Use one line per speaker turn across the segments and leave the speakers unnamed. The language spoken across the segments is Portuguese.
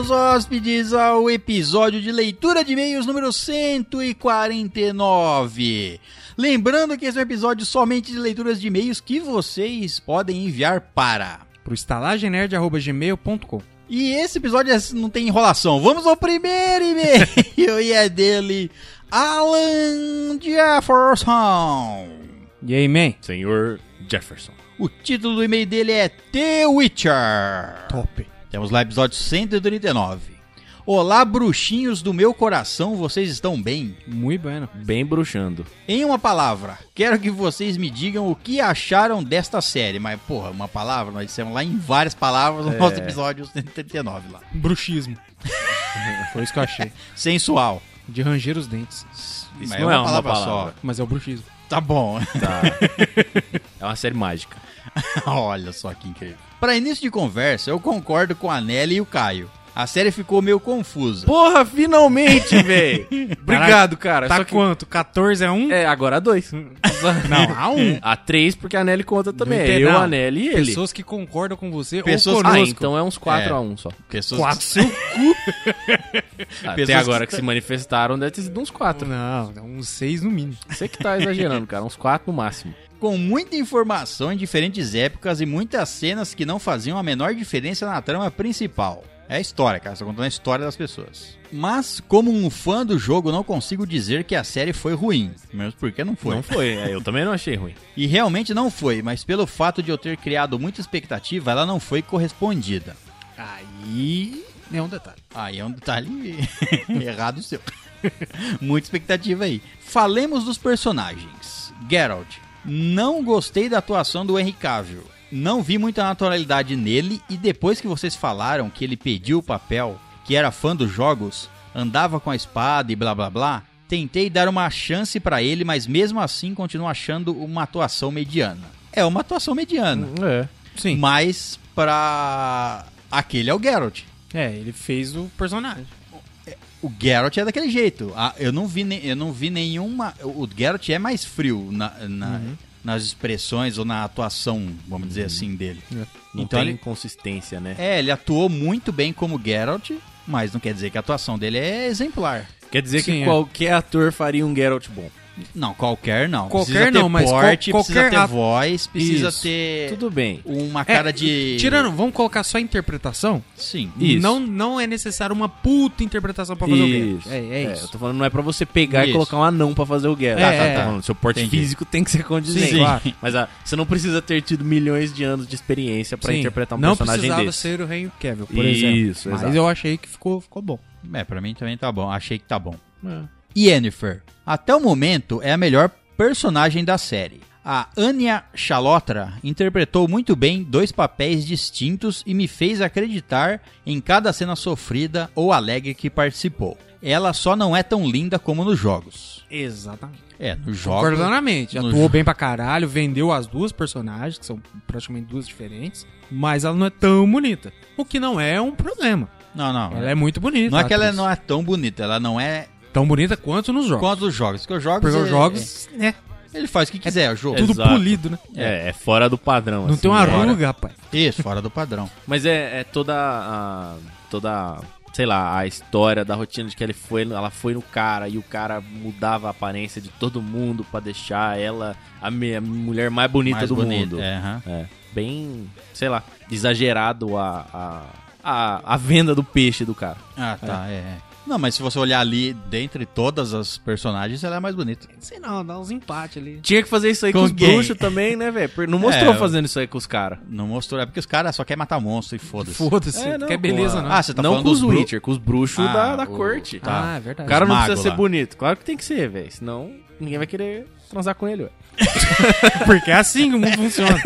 hóspedes ao episódio de leitura de e-mails número 149. Lembrando que esse é um episódio somente de leituras de e-mails que vocês podem enviar para.
Pro estalagenerd.gmail.com.
E esse episódio é- não tem enrolação. Vamos ao primeiro e-mail e é dele, Alan Jefferson.
E aí, man?
Senhor Jefferson.
O título do e-mail dele é The Witcher.
Top.
Temos lá episódio 139. Olá, bruxinhos do meu coração, vocês estão bem?
Muito bueno.
Bem bruxando.
Em uma palavra, quero que vocês me digam o que acharam desta série. Mas, porra, uma palavra, nós dissemos lá em várias palavras
É.
no nosso episódio 139 lá.
Bruxismo. Foi isso que eu achei.
Sensual.
De ranger os dentes.
Mas
não é uma palavra.
Mas é o bruxismo.
só. Tá bom.
Tá. é uma série mágica.
Olha só que incrível. Pra início de conversa, eu concordo com a Nelly e o Caio. A série ficou meio confusa.
Porra, finalmente, véi. Obrigado, cara.
Tá
Só que...
quanto? 14 a 1?
É, agora a dois.
Não, a 1.
A três, porque a Nelly conta também.
Não entendo,
Eu,
não.
a Nelly e ele.
Pessoas que concordam com você
Pessoas-
ou
Ah,
conosco.
então é uns 4
É.
a 1 só.
Pessoas
Quatro, cinco?
Até
Pessoas
agora
que-
tá-
que... se manifestaram deve ter sido uns 4.
Não, é uns 6 no mínimo.
Você que tá exagerando, cara. Uns 4 no máximo.
com muita informação em diferentes épocas e muitas cenas que não faziam a menor diferença na trama principal. É a história, cara, estou contando a história das pessoas. Mas, como um fã do jogo, não consigo dizer que a série foi ruim. Mesmo porque não foi.
Não foi. É, eu também não achei ruim.
E realmente não foi, mas pelo fato de eu ter criado muita expectativa, ela não foi correspondida.
Aí é um detalhe.
Aí é um detalhe errado seu. Muita expectativa aí. Falemos dos personagens. Geralt. Não gostei da atuação do Henry Cavill. Não vi muita naturalidade nele e depois que vocês falaram que ele pediu o papel, que era fã dos jogos, andava com a espada e blá blá blá, tentei dar uma chance pra ele, mas mesmo assim continuo achando uma atuação mediana. É uma atuação mediana,
É.
Sim.
mas pra aquele é o Geralt.
É, ele fez o personagem.
O Geralt é daquele jeito. Ah, eu não vi nem, eu não vi nenhuma. O Geralt é mais frio na, na-
Uhum.
nas expressões ou na atuação, vamos dizer assim, dele.
Não
Então
tem
ele-
inconsistência, né?
É, ele atuou muito bem como Geralt, mas não quer dizer que a atuação dele é exemplar.
Quer dizer
Sim,
que
é.
qualquer ator faria um Geralt bom.
Não, qualquer não.
Qualquer
precisa ter
não, mas
porte,
qual-
precisa
qualquer
ter
a-
voz, precisa
Isso.
ter
Tudo bem.
uma
É,
cara de
Tirando, vamos colocar só a interpretação?
Sim.
Isso.
Não, não é necessário uma puta interpretação pra fazer o
Isso.
game. É, é,
Eu
isso.
tô falando, não é pra você pegar
Isso.
e colocar um anão pra fazer o Geralt.
É, é.
falando, seu porte
Entendi.
físico tem que ser condizente.
Sim, claro.
Mas ah, você não precisa ter tido milhões de anos de experiência pra
Sim.
interpretar um
Não
personagem
precisava
desse.
ser o Henry Cavill, por
Isso,
exemplo. Mas
exato.
eu achei que ficou, ficou bom.
É, pra mim também tá bom. Achei que tá bom.
É.
Yennefer. Até o momento é a melhor personagem da série. A Anya Chalotra interpretou muito bem dois papéis distintos e me fez acreditar em cada cena sofrida ou alegre que participou. Ela só não é tão linda como nos jogos.
Exatamente.
É, nos jogos.
Concordamente.
No
Atuou
jo-
bem pra caralho, vendeu as duas personagens, que são praticamente duas diferentes, mas ela não é tão bonita. O que não é um problema.
Não, não.
Ela é muito bonita.
Não é que ela
atriz.
não é tão bonita, ela não é
tão bonita quanto nos jogos.
quanto os jogos. Porque os jogos.
Porque os
ele-
jogos, né?
Ele faz o que quiser, o jogo.
É.
Tudo
Exato.
polido, né?
É, é fora do padrão.
Não
assim,
tem uma
né?
ruga, rapaz.
Isso, fora do padrão.
Mas é, é toda a. toda. Sei lá, a história da rotina de que ele foi, ela foi no cara e o cara mudava a aparência de todo mundo pra deixar ela a, me- a mulher mais bonita
Mais
do
bonito.
mundo.
É, aham.
É, bem, sei lá, exagerado a, a, a, a venda do peixe do cara.
Ah, tá, é. é. Não, mas se você olhar ali, dentre todas as personagens, ela é a mais bonita.
Sei não, dá uns empates ali.
Tinha que fazer isso aí
Com
com, os
quem?
bruxos também, né, velho? Por- Não mostrou
É,
fazendo isso aí com os caras.
Não mostrou, é porque os caras só querem matar monstro e foda-se.
Foda-se, né?
É,
não
não,
quer beleza,
pô,
não.
Ah, você tá
não
falando
com os
dos bru-
Witcher, com os bruxos
Ah,
da, da
o-
corte.
tá.
Ah, é verdade.
O cara não
Mago
precisa
lá.
ser bonito. Claro que tem que ser, velho. Senão ninguém vai querer transar com ele, ué.
Porque é assim que o mundo funciona.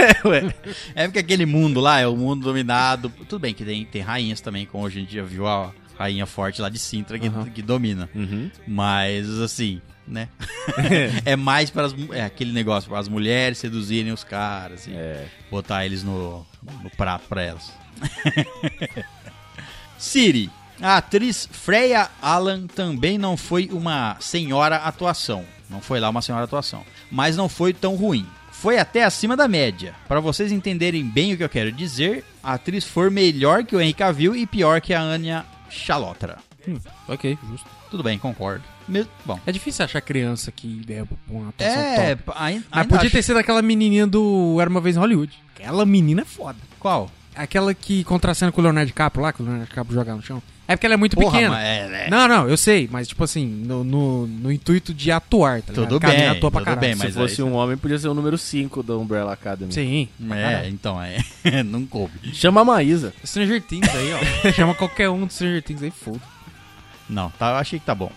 É porque aquele mundo lá é o mundo dominado. Tudo bem que tem, tem rainhas também, como hoje em dia viu a rainha forte lá de Sintra que,
Aham.
que domina.
Uhum.
Mas assim, né? é mais para as, mu- é aquele negócio, para as mulheres seduzirem os caras assim. e
É.
botar eles no, no prato pra elas. Siri. A atriz Freya Allan também não foi uma senhora atuação. Não foi lá uma senhora atuação. Mas não foi tão ruim. Foi até acima da média. Pra vocês entenderem bem o que eu quero dizer, a atriz foi melhor que o Henry Cavill e pior que a Anya Xalotra.
Hum, ok, justo.
Tudo bem, concordo. Mesmo, bom.
É difícil achar criança que é uma atuação
É,
top.
ain- ainda,
Mas podia
acho-
ter sido aquela menininha do Era Uma Vez em Hollywood. Aquela menina é foda.
Qual?
Aquela que contracena com o Leonardo DiCaprio lá, que o Leonardo DiCaprio joga no chão. É porque ela é muito pequena.
mas é, é.
Não, não, eu sei, mas tipo assim, no, no, no intuito de atuar, tá ligado?
Tudo
Cada
bem,
menina atua pra
tudo
caralho.
bem,
Se
mas
fosse
aí-
um homem, podia ser o número 5 da Umbrella Academy.
Sim.
É, então, é. não coube.
Chama a Maísa.
Stranger Things aí, ó. Chama qualquer um do Stranger Things aí, foda.
Não, tá, eu achei que tá bom.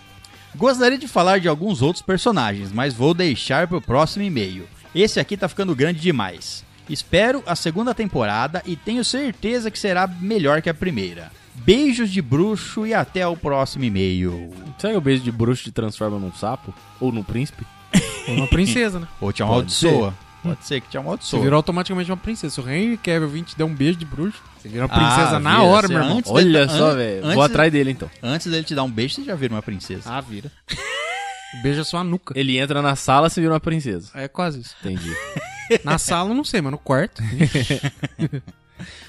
Gostaria de falar de alguns outros personagens, mas vou deixar pro próximo e-mail. Esse aqui tá ficando grande demais. Espero a segunda temporada e tenho certeza que será melhor que a primeira. Beijos de bruxo e até o próximo e-mail.
Será que o beijo de bruxo te transforma num sapo? Ou num príncipe?
Ou uma princesa, né?
Ou te
Pode
amaldiçoa. Pode ser que te
Você
amaldiçoa.
virou automaticamente uma princesa. Se o Henry Cavill vir te der um beijo de bruxo, você vira
Ah,
uma princesa na hora, meu irmão.
Antes
Olha
dele-
só,
an-
velho.
antes
Vou
de-
atrás dele, então.
Antes dele te dar um beijo, você já vira uma princesa.
Ah, vira. Beija sua nuca.
Ele entra na sala, você vira uma princesa.
É quase isso.
Entendi.
Na sala, eu não sei, mas no quarto.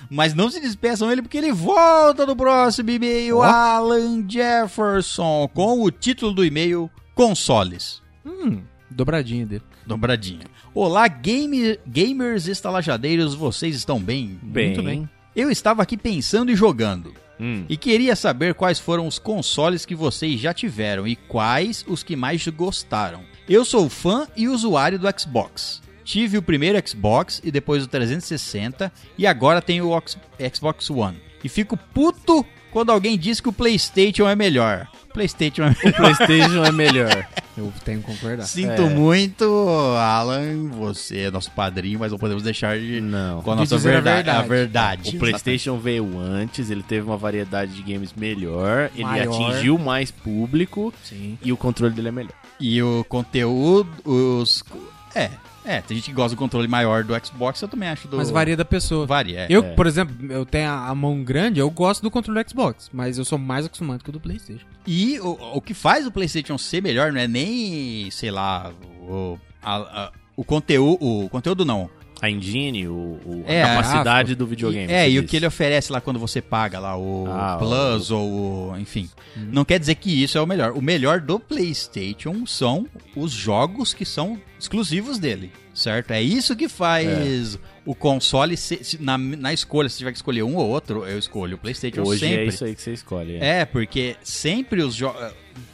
Mas não se despeçam ele porque ele volta no próximo e-mail.
Ó.
Alan Jefferson com o título do e-mail Consoles.
Hum, dobradinha dele.
Dobradinha. Olá, game, gamers estalajadeiros, vocês estão bem?
Muito bem.
Eu estava aqui pensando e jogando.
Hum.
E queria saber quais foram os consoles que vocês já tiveram e quais os que mais gostaram. Eu sou fã e usuário do Xbox. Tive o primeiro Xbox e depois o 360 e agora tenho o Ox- Xbox One. E fico puto quando alguém diz que o PlayStation é melhor. PlayStation é melhor.
O PlayStation é melhor.
Eu tenho que concordar.
Sinto
É.
muito, Alan, você é nosso padrinho, mas não podemos deixar de
Não.
com a
De
nossa
dizer a
verdade, a
verdade.
verdade.
O PlayStation veio antes, ele teve uma variedade de games melhor, ele
Maior.
atingiu mais público
Sim.
e o controle dele é melhor.
E o conteúdo, os. É, é, tem gente que gosta do controle maior do Xbox, eu também acho do.
Mas varia da pessoa.
Varia, é.
Eu,
É.
por exemplo, eu tenho a a mão grande, eu gosto do controle do Xbox, mas eu sou mais acostumado com o do Playstation.
E o, o que faz o PlayStation ser melhor não é nem, sei lá, o, a- a- o conteúdo. O conteúdo não.
A engine, o, o-
É,
a capacidade
gráfico.
do videogame.
é,
você
e o
disse.
que ele oferece lá quando você paga lá o
Ah, Uhum.
Plus ou o. Enfim. Não quer dizer que isso é o melhor. O melhor do PlayStation são os jogos que são exclusivos dele, certo? É isso que
É.
faz o console se- se- na, na escolha. Se tiver que escolher um ou outro, eu escolho o PlayStation
Hoje
sempre.
é isso aí que você escolhe. é.
É, porque sempre os jogos.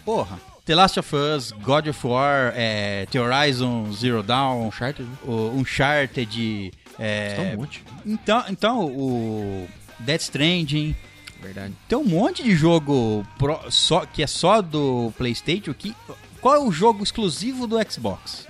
Porra. The Last of Us, God of War, é, The Horizon Zero Dawn,
Uncharted, né?
o Uncharted. é,
Tá um monte.
então, então, o Death Stranding.
Verdade.
Tem um monte de jogo pro- só, que é só do PlayStation. Que, qual é o jogo exclusivo do Xbox?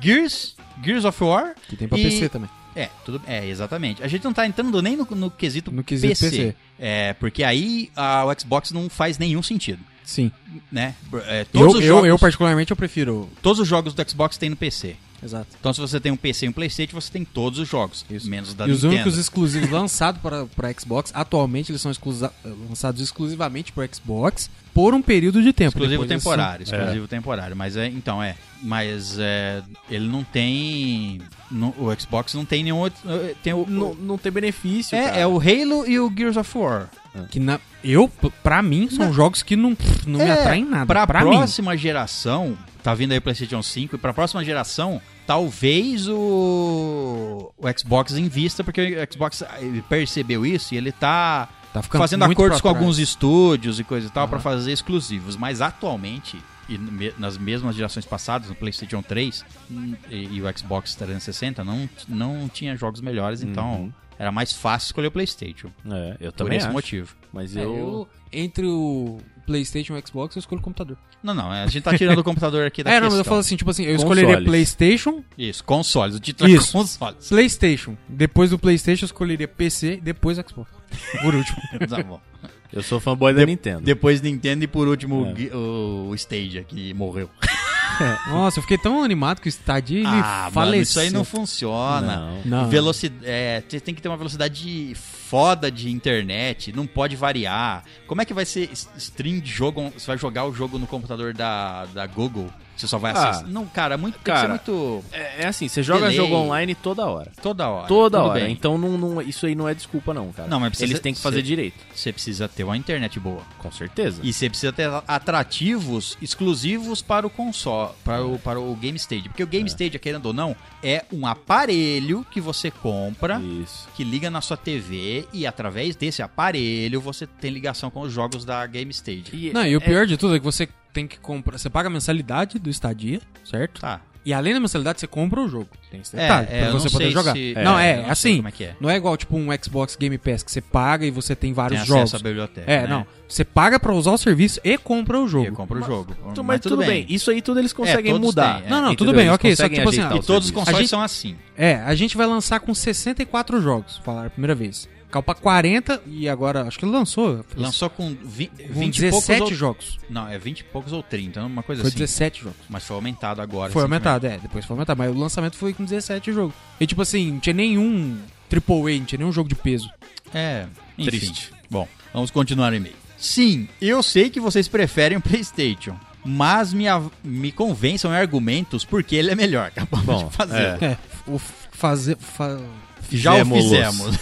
Gears? Gears of War?
Que tem pra
E-
PC também.
É, tudo, é, exatamente. A gente não tá entrando nem no, no quesito,
No quesito PC.
É, porque aí a- o Xbox não faz nenhum sentido,
Sim.
né? É, todos,
Eu,
os
eu,
jogos,
eu, particularmente, eu prefiro.
todos os jogos do Xbox tem no PC.
Exato.
Então se você tem um PC e um PlayStation, você tem todos os jogos,
Isso.
menos o da
e os
Nintendo.
únicos exclusivos lançados para, para Xbox, atualmente eles são exclusa- lançados exclusivamente para Xbox por um período de tempo.
Exclusivo
Depois eles
temporário, exclusivo temporário. Mas é, então é. Mas é, ele não tem. não- o Xbox não tem nenhum outro. eh, Tem o,
Não, não tem benefício, cara.
é, é o Halo e o Gears of War.
são- Que na, eu, p- pra mim, são jogos que não, pff, não me
É,
atraem nada.
Pra,
Pra, mim.
próxima geração, tá vindo aí o PlayStation 5, e pra próxima geração, talvez o, o Xbox invista, porque o Xbox ele percebeu isso e ele tá
Tá ficando
fazendo
muito
acordos com
pra trás.
alguns estúdios e coisa e tal
Aham.
pra fazer exclusivos, mas atualmente e me- nas mesmas gerações passadas, no PlayStation 3 hum, e, e o Xbox 360 não não tinha jogos melhores, então
Uhum.
era mais fácil escolher o PlayStation
É, eu
por
também
esse
acho.
motivo.
Mas
É,
eu...
eu, entre o PlayStation e o Xbox, eu escolho o computador.
Não, não, a gente tá tirando o computador aqui da
É, não,
questão.
mas eu falo assim, tipo assim, eu
Consoles.
escolheria PlayStation,
Isso, consoles, o título
Isso.
é consoles.
PlayStation. Depois do PlayStation, eu escolheria PC, depois Xbox. Por último.
Tá bom.
eu sou fanboy da Nintendo.
Depois Nintendo e por último
É.
o Gui- o, Stadia que morreu.
Nossa, eu fiquei tão animado que o Stadia, ele
ah,
faleceu.
mano, isso aí não funciona.
Não.
Não.
Velocidade. É, você tem que ter uma velocidade foda de internet, não pode variar. Como é que vai ser s- stream de jogo? on- Você vai jogar o jogo no computador da, da Google? Você só vai
Ah.
acessar. Não, cara, muito,
Cara.
tem que ser muito.
É, é assim, você joga
Delay.
jogo online toda hora.
Toda hora.
Toda
Tudo
hora.
bem.
Então não, não- isso aí não é desculpa, não, cara.
Não, mas precisa-
Eles têm que fazer
cê-
direito.
Você precisa ter uma internet boa.
Com certeza.
E você precisa ter atrativos exclusivos para o console, para o, para o Game Stage. Porque o Game Stage, querendo ou não, é um aparelho que você compra,
Isso.
que liga na sua TV, e através desse aparelho você tem ligação com os jogos da Game Stage.
E,
Não, e o
é-
pior de tudo é que você tem que comprar. Você paga a mensalidade do estadia, certo?
Tá.
E além da mensalidade, você compra o jogo. Tem esse
É,
detalhe,
é,
pra
eu
você
não
poder
sei
jogar.
se-
Não,
eu
é,
não sei
assim.
Como é que é?
Não é igual, tipo, um Xbox Game Pass que você paga e você tem
Tem
vários
acesso
jogos.
à biblioteca.
É,
né?
não. Você paga pra usar o serviço e compra o
E
jogo.
compra o jogo.
Mas, tudo bem. isso aí tudo eles conseguem
todos
mudar.
têm, é.
Não, não,
Entendeu?
tudo bem,
Eles
ok, só que,
conseguem
tipo assim,
ajeitar
ó,
E
o
Então, todos os
serviço.
consoles
gente-
são assim.
É, a gente vai lançar com 64 jogos, falaram a primeira vez. Caiu pra 40 e agora, acho que lançou.
Lançou com vi-
com
20 e poucos
17
ou...
jogos.
Não, é 20 e poucos ou 30, uma coisa
Foi
assim.
17 jogos.
Mas foi aumentado agora. assim, né?
Foi
recentemente.
aumentado, é. Depois foi aumentado. Mas o lançamento foi com 17 jogos. E tipo assim, não tinha nenhum AAA, não tinha nenhum jogo de peso.
É, enfim.
Triste.
Bom, vamos continuar o e-mail. Sim, eu sei que vocês preferem o PlayStation, mas me, av- me convençam em argumentos porque ele é melhor. Acabamos
Bom,
de fazer.
é.
É, o f- fazer. fa-
Já o
Fizemos-los.
fizemos.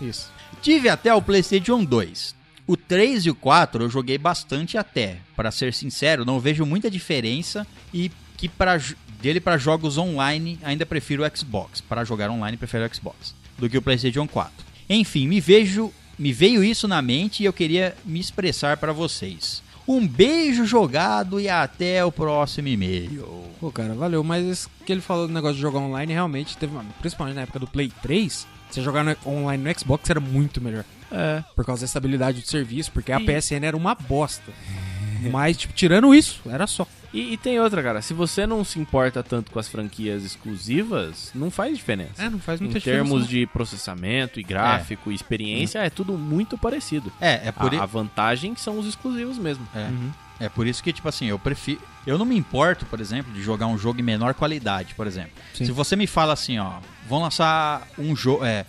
Isso.
Tive até o PlayStation 2. O 3 e o 4 eu joguei bastante até. Pra ser sincero, não vejo muita diferença e que para dele pra jogos online ainda prefiro o Xbox. Pra jogar online prefiro o Xbox do que o PlayStation 4. Enfim, me vejo, me veio isso na mente e eu queria me expressar pra vocês. Um beijo jogado e até o próximo e-mail.
Pô, cara, valeu. Mas esse que ele falou do negócio de jogar online realmente teve. uma- Principalmente na época do Play 3, você jogar no- online no Xbox era muito melhor.
É.
Por causa da estabilidade do serviço, porque a
E-
PSN era uma bosta. Mas, tipo, tirando isso, era só.
E, e tem outra, cara. Se você não se importa tanto com as franquias exclusivas, não faz diferença.
É, não faz
Em
muita
termos de processamento e gráfico e experiência, é tudo muito parecido.
É, é por,
a,
i-
a vantagem são os exclusivos mesmo.
É.
Uhum.
É por isso que, tipo assim, eu prefiro. Eu não me importo, por exemplo, de jogar um jogo em menor qualidade, por exemplo.
Sim.
Se você me fala assim, ó, vão lançar um jogo. É,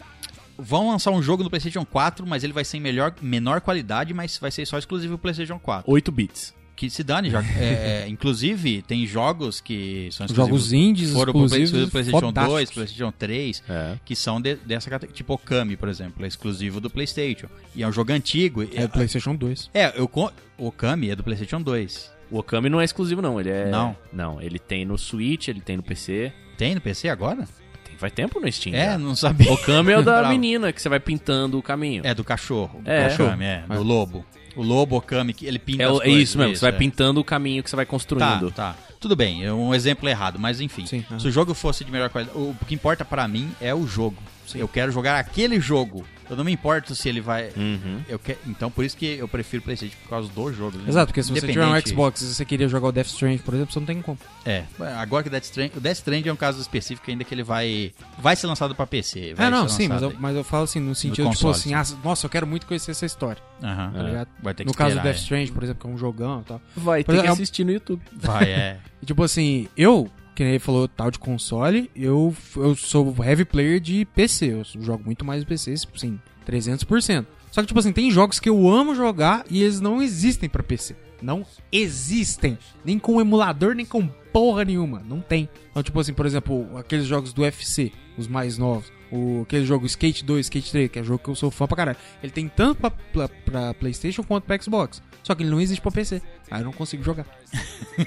vão lançar um jogo no PlayStation 4, mas ele vai ser em melhor, menor qualidade, mas vai ser só exclusivo pro PlayStation 4.
8 bits.
Que se dane, já. é, é, inclusive, tem jogos que são exclusivos.
Jogos indies,
foram pro Play-
exclusivos,
exclusivo PlayStation 2,
fodásticos.
PlaySation 3
É.
que são de- dessa categoria, tipo Okami, por exemplo, é exclusivo do PlayStation. E é um jogo antigo.
É, do PlayStation 2.
é eu con- Okami é do PlayStation 2.
O Okami não é exclusivo, não. Ele é.
Não.
Não, ele tem no Switch, ele tem no PC.
Tem no PC agora?
Tem, faz tempo no Steam.
É,
já.
não sabia.
O Okami é o da
Bravo.
menina que você vai pintando o caminho.
É do cachorro.
É.
do Okami, é. Do lobo. O lobo Okami, que ele pinta
É
as
o- é
coisas,
isso mesmo, você vai
é.
pintando o caminho que você vai
Tá,
construindo.
tá. Tudo bem, é um exemplo errado, mas enfim.
Sim, aham.
Se o jogo fosse de melhor qualidade, o que importa pra mim é o jogo. Eu quero jogar aquele jogo. Eu não me importo se ele vai...
Uhum.
Eu que... Então, por isso que eu prefiro o PlayStation, por causa do jogo. né?
Exato, porque se você tiver um
Independente-
Xbox e você queria jogar o Death Strange, por exemplo, você não tem como.
É, agora que o Death Strand, o Death Strand é um caso específico ainda que ele vai vai ser lançado pra PC. Vai
Ah, não,
ser
sim, mas
lançado
eu, mas eu falo assim, no sentido, tipo
console,
assim, ah, nossa, eu quero muito conhecer essa história,
aí. Aham. É.
tá ligado?
Vai ter que
No caso do
esperar,
Death Strange, por exemplo, que é um jogão e tal.
Vai
Pois
ter
é,
que
é um-
assistir no YouTube.
é. Vai, é.
E, tipo assim, eu, que nem ele falou tal de console, eu, eu sou heavy player de PC. Eu jogo muito mais no PC, tipo assim, 300%. Só que, tipo assim, tem jogos que eu amo jogar e eles não existem pra PC. Não existem. Nem com emulador, nem com porra nenhuma. Não tem. Então, tipo assim, por exemplo, aqueles jogos do UFC, os mais novos. O, aquele jogo Skate 2, Skate 3, que é jogo que eu sou fã pra caralho. Ele tem tanto pra, pra, pra Playstation quanto pra Xbox. Só que ele não existe pra PC. Aí eu não consigo jogar.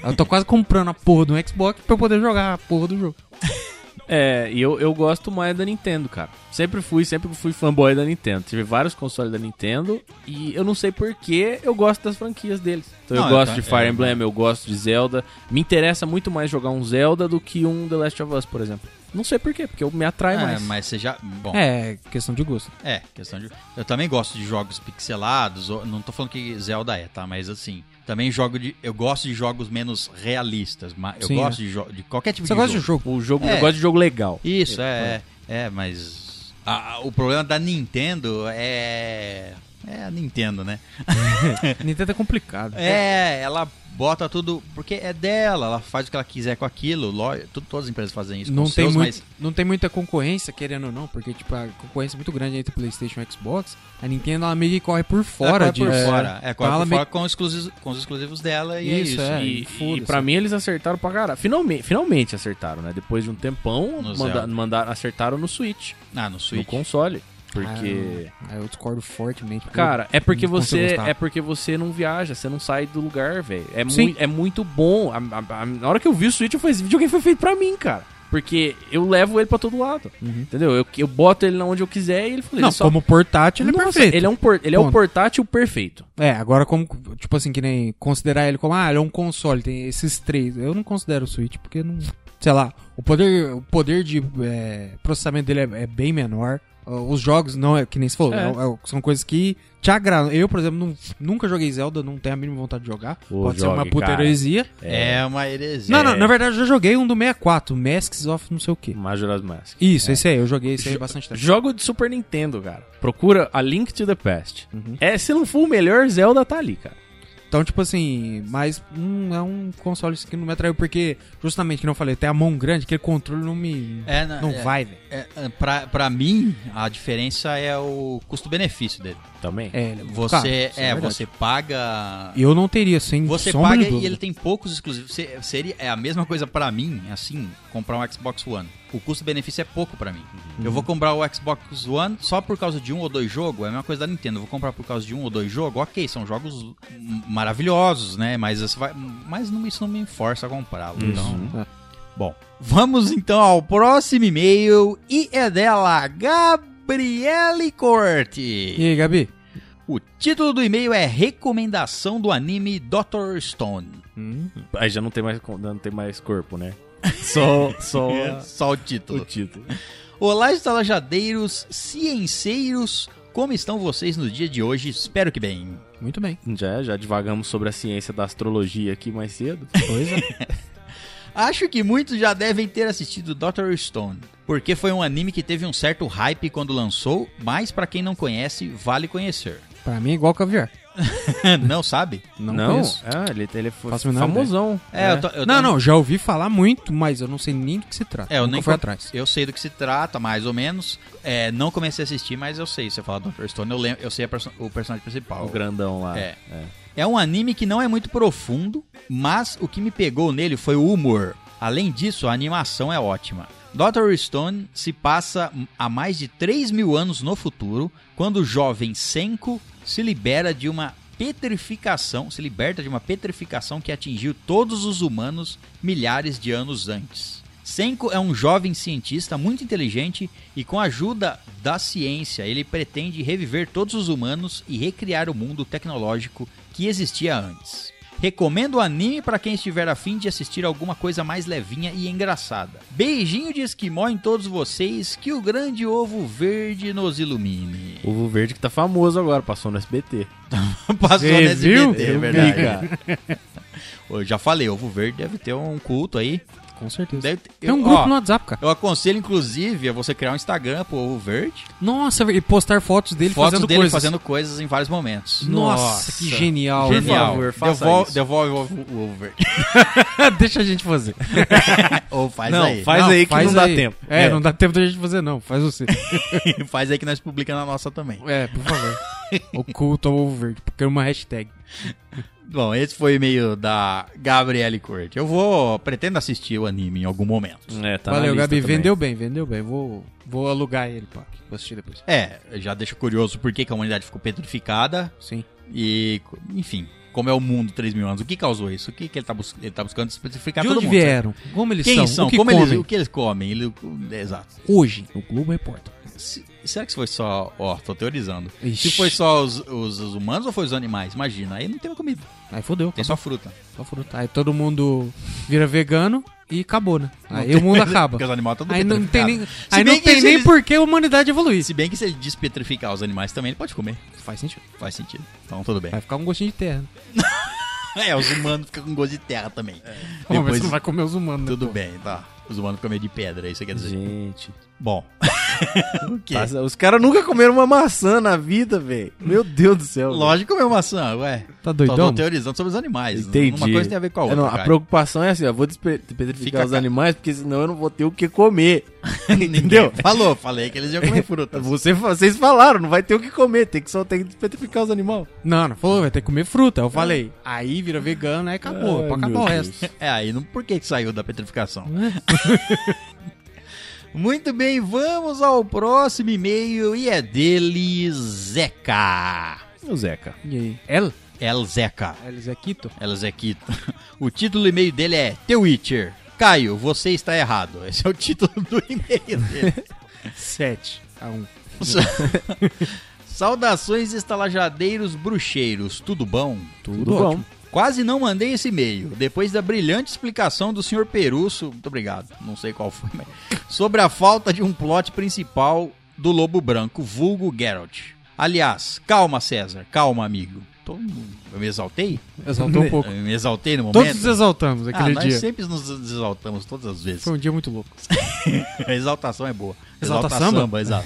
Eu tô quase comprando a porra do Xbox pra eu poder jogar a porra do jogo.
É, e eu, eu gosto mais da Nintendo, cara. Sempre fui, sempre fui fanboy da Nintendo. Tive vários consoles da Nintendo e eu não sei porquê eu gosto das franquias deles. Então
Não,
eu
é,
gosto
tá-
de Fire
é,
Emblem, eu gosto de Zelda. Me interessa muito mais jogar um Zelda do que um The Last of Us, por exemplo. Não sei porquê, porque eu me atrai
É,
mais.
mas você já... Bom,
É, questão de gosto.
É, questão de. Eu também gosto de jogos pixelados. ou- Não tô falando que Zelda é, tá? Mas assim, também jogo de. Eu gosto de jogos menos realistas. Mas eu
Sim, é.
gosto de, jo- de qualquer tipo
Você
de
gosta
jogo.
de jogo?
O jogo,
É.
eu gosto de jogo legal.
Isso, é, é. é, mas. a- a- o problema da Nintendo é. É a Nintendo, né?
Nintendo é complicado.
É, ela bota tudo. Porque é dela, ela faz o que ela quiser com aquilo. lo- tu- todas as empresas fazem isso com
não,
os
tem
seus,
muito-
mas.
não tem muita concorrência, querendo ou não, porque tipo, a concorrência é muito grande entre PlayStation e Xbox. A Nintendo ela meio que corre por fora
é, corre
disso.
por fora. É, corre
Fala
por
meio-
fora com, os exclusivos, com os exclusivos dela e
Isso,
é isso.
é.
e,
foda-se.
e pra mim eles acertaram pra caralho. Finalmente, finalmente acertaram, né? Depois de um tempão,
No
manda,
Zelda.
mandaram, acertaram no Switch,
Ah, no
no
Switch.
console. Porque.
Ah, eu discordo fortemente. porque
Cara, é porque
não consigo
você
gostar.
é porque você não viaja, você não sai do lugar, velho. É,
Sim.
mui, é muito bom. A, a- a- na hora que eu vi o Switch, eu falei, esse videogame foi feito pra mim, cara. Porque eu levo ele pra todo lado.
Uhum.
Entendeu? Eu, eu boto ele onde eu quiser e ele falei,
Não,
ele só-
como portátil ele é
Nossa,
perfeito.
Ele é, um por- ele é o
Ponto.
portátil perfeito.
É, agora como, tipo assim, que nem considerar ele como, ah, ele é um console, tem esses três. Eu não considero o Switch, porque não, sei lá, o poder, o poder de é, processamento dele é, é bem menor. Ah, Os jogos, não é que nem se falou,
É.
é- é- são coisas que te agradam. Eu, por exemplo, não- nunca joguei Zelda, não tenho a mínima vontade de jogar.
Ô,
Pode ser
jogue,
uma puta
cara.
heresia.
É uma heresia.
Não, não, na verdade eu já joguei um do 64, Masks of não sei o que.
Majora's Mask.
Isso, esse aí, eu joguei esse aí
É. Jo-
bastante tempo.
Tá. Jogo de Super Nintendo, cara. Procura a Link to the Past.
Uhum.
É, se não for o melhor, Zelda tá ali, cara.
Então, tipo assim, mas hum, é um console que não me atraiu, porque, justamente, que não falei, tem a mão grande, aquele controle não me.
É, na-
não
é,
vai, velho.
é, é, pra, pra mim, a diferença é o custo-benefício dele.
Também.
É, ele é muito caro,
Você,
isso
é,
verdade.
você paga.
Eu não teria, sem
Você
Um sombra
paga
de dúvida.
e ele tem poucos exclusivos. Se- Seria é a mesma coisa pra mim, assim, comprar um Xbox One. O custo-benefício é pouco pra mim.
Uhum.
Eu vou comprar o Xbox One só por causa de um ou dois jogos. É a mesma coisa da Nintendo. Eu vou comprar por causa de um ou dois jogos. Ok, são jogos hum, maravilhosos, né? Mas isso, vai, mas não, isso não me força a comprá-lo. Então,
É.
bom, vamos então ao próximo e-mail e é dela Gabriele Corte.
E aí, Gabi?
O título do e-mail é Recomendação do anime Dr. Stone.
Hum,
Aí já não tem mais, con- não tem mais corpo, né? Só, só
Só o
o
título.
título.
Olá, estalajadeiros, cienceiros, como estão vocês no dia de hoje? Espero que bem.
Muito bem.
Já, já divagamos sobre a ciência da astrologia aqui mais cedo.
Pois é.
Acho que muitos já devem ter assistido Dr. Stone, porque foi um anime que teve um certo hype quando lançou, mas pra quem não conhece, vale conhecer.
pra mim é igual caviar.
não sabe?
Não, conheço.
Ah, ele, ele foi
Faço a menor
famosão.
É, eu tô- eu tô-
Não, não, já ouvi falar muito, mas eu não sei nem do que se trata.
É, eu
Nunca
nem
fui
co-
atrás.
Eu sei do que se trata, mais ou menos. É, não comecei a assistir, mas eu sei. Você fala Dr. Stone, eu, lembro, eu sei a perso- o personagem principal.
O grandão lá.
É. É um anime que não é muito profundo, mas o que me pegou nele foi o humor. Além disso, a animação é ótima. Dr. Stone se passa há mais de 3 mil anos no futuro, quando o jovem Senko se libera de uma petrificação, se liberta de uma petrificação que atingiu todos os humanos milhares de anos antes. Senko é um jovem cientista muito inteligente e, com a ajuda da ciência, ele pretende reviver todos os humanos e recriar o mundo tecnológico que existia antes. Recomendo o anime para quem estiver afim de assistir alguma coisa mais levinha e engraçada. Beijinho de esquimó em todos vocês, que o grande ovo verde nos ilumine.
Ovo Verde que tá famoso agora, passou no SBT.
Passou
Cê
no SBT,
viu?
é
Eu
verdade.
vi, cara.
Eu já falei, ovo verde deve ter um culto aí.
Com certeza.
Deve ter-
Tem um
eu-
grupo
ó,
no WhatsApp, cara.
Eu aconselho, inclusive, a você criar um Instagram pro ovo verde.
Nossa, e postar fotos dele
fotos
fazendo
dele
coisas.
fazendo coisas em vários momentos.
Nossa, que genial.
Genial.
favor, faça
Devol-
isso.
Devolve o ovo- o ovo verde.
né? Deixa a gente fazer.
Ou faz
Não,
aí.
faz aí que não dá tempo.
É,
É.
não dá tempo da gente fazer, não. Faz você.
Faz aí que nós publicamos a nossa também.
é, por favor. Oculta ovo verde, porque é uma hashtag.
Bom, esse foi o e-mail da Gabriele Curti. Eu vou. Pretendo assistir o anime em algum momento.
Hum.
É, tá na
Valeu,
lista
Gabi.
também.
Vendeu bem, vendeu bem. Vou, vou alugar ele, pá. Vou assistir depois.
É, já deixa curioso por que, que a humanidade ficou petrificada
Sim.
e, co- enfim, como é o mundo 3 mil anos. O que causou isso? O que, que ele, tá bus- ele tá buscando especificar
De
todo
onde
mundo? sabe?
vieram? Como eles
Quem
são?
são?
O que
como
comem?
Eles, o que eles comem? Ele- o- é, exato.
Hoje, no Globo Repórter.
Se- será que isso foi só. Ó, tô teorizando.
Ixi.
Se foi só os, os- os humanos ou foi os animais? Imagina, aí não tem mais comida,
Aí fodeu.
tem só fruta.
Só fruta. Aí todo mundo vira vegano e acabou, né? Aí o mundo acaba.
Porque os animais estão
Aí não tem nem,
Se
aí
bem
não
que
tem
se
nem
eles-
por que a humanidade evoluir.
Se bem que se ele despetrificar os animais também, ele pode comer.
Faz sentido.
Faz sentido. Então tudo bem.
Vai ficar um gostinho de terra.
É, os humanos ficam com gosto de terra também.
Depois... Mas
Depois,
você não vai comer os humanos, né,
tudo
pô?
bem, tá. Os humanos ficam meio de pedra, é isso quer dizer.
Gente.
Bom. o quê?
Passa- os caras nunca comeram uma maçã na vida, velho. Meu Deus do céu. velho.
Lógico comer maçã, ué.
Tá
Só
doidão?
tô teorizando sobre os animais.
Entendi.
Uma coisa tem a ver com a
É,
outra.
não, a
cara.
preocupação é assim, ó, vou despe-
Fica
despetrificar os
ca-
animais, porque senão eu não vou ter o que comer.
Ninguém
entendeu?
Falou, falei que eles iam comer frutas.
Você, vocês falaram, não vai ter o que comer, tem que só tem que despetrificar os animais.
Não, não falou, vai ter que comer fruta. Eu falei. Aí vira vegano, aí acabou.
É. Ai,
pra acabar
meu
o
Deus.
resto.
É, aí não, por que que saiu da petrificação? Muito bem, vamos ao próximo e-mail e é dele, Zeca.
O Zeca.
E aí? Ela?
El Zeca.
Ela Zequito?
El Zequito. O título do e-mail dele é The Witcher. Caio, você está errado. Esse é o título do e-mail dele.
7 a 1.
Saudações, estalajadeiros bruxeiros, tudo bom?
Tudo,
Tudo
bom.
ótimo.
Quase não mandei esse e-mail, depois da brilhante explicação do Sr. Perusso, muito obrigado, não sei qual foi, mas, sobre a falta de um plot principal do Lobo Branco, vulgo Geralt. Aliás, calma César, calma amigo. Tô- eu me exaltei?
Exaltou um pouco.
Eu me exaltei no momento?
Todos nos exaltamos
ah,
aquele
nós
dia.
sempre nos exaltamos todas as vezes.
Foi um dia muito louco.
A exaltação é boa.
Exalta
Exalta
samba?
samba, exato.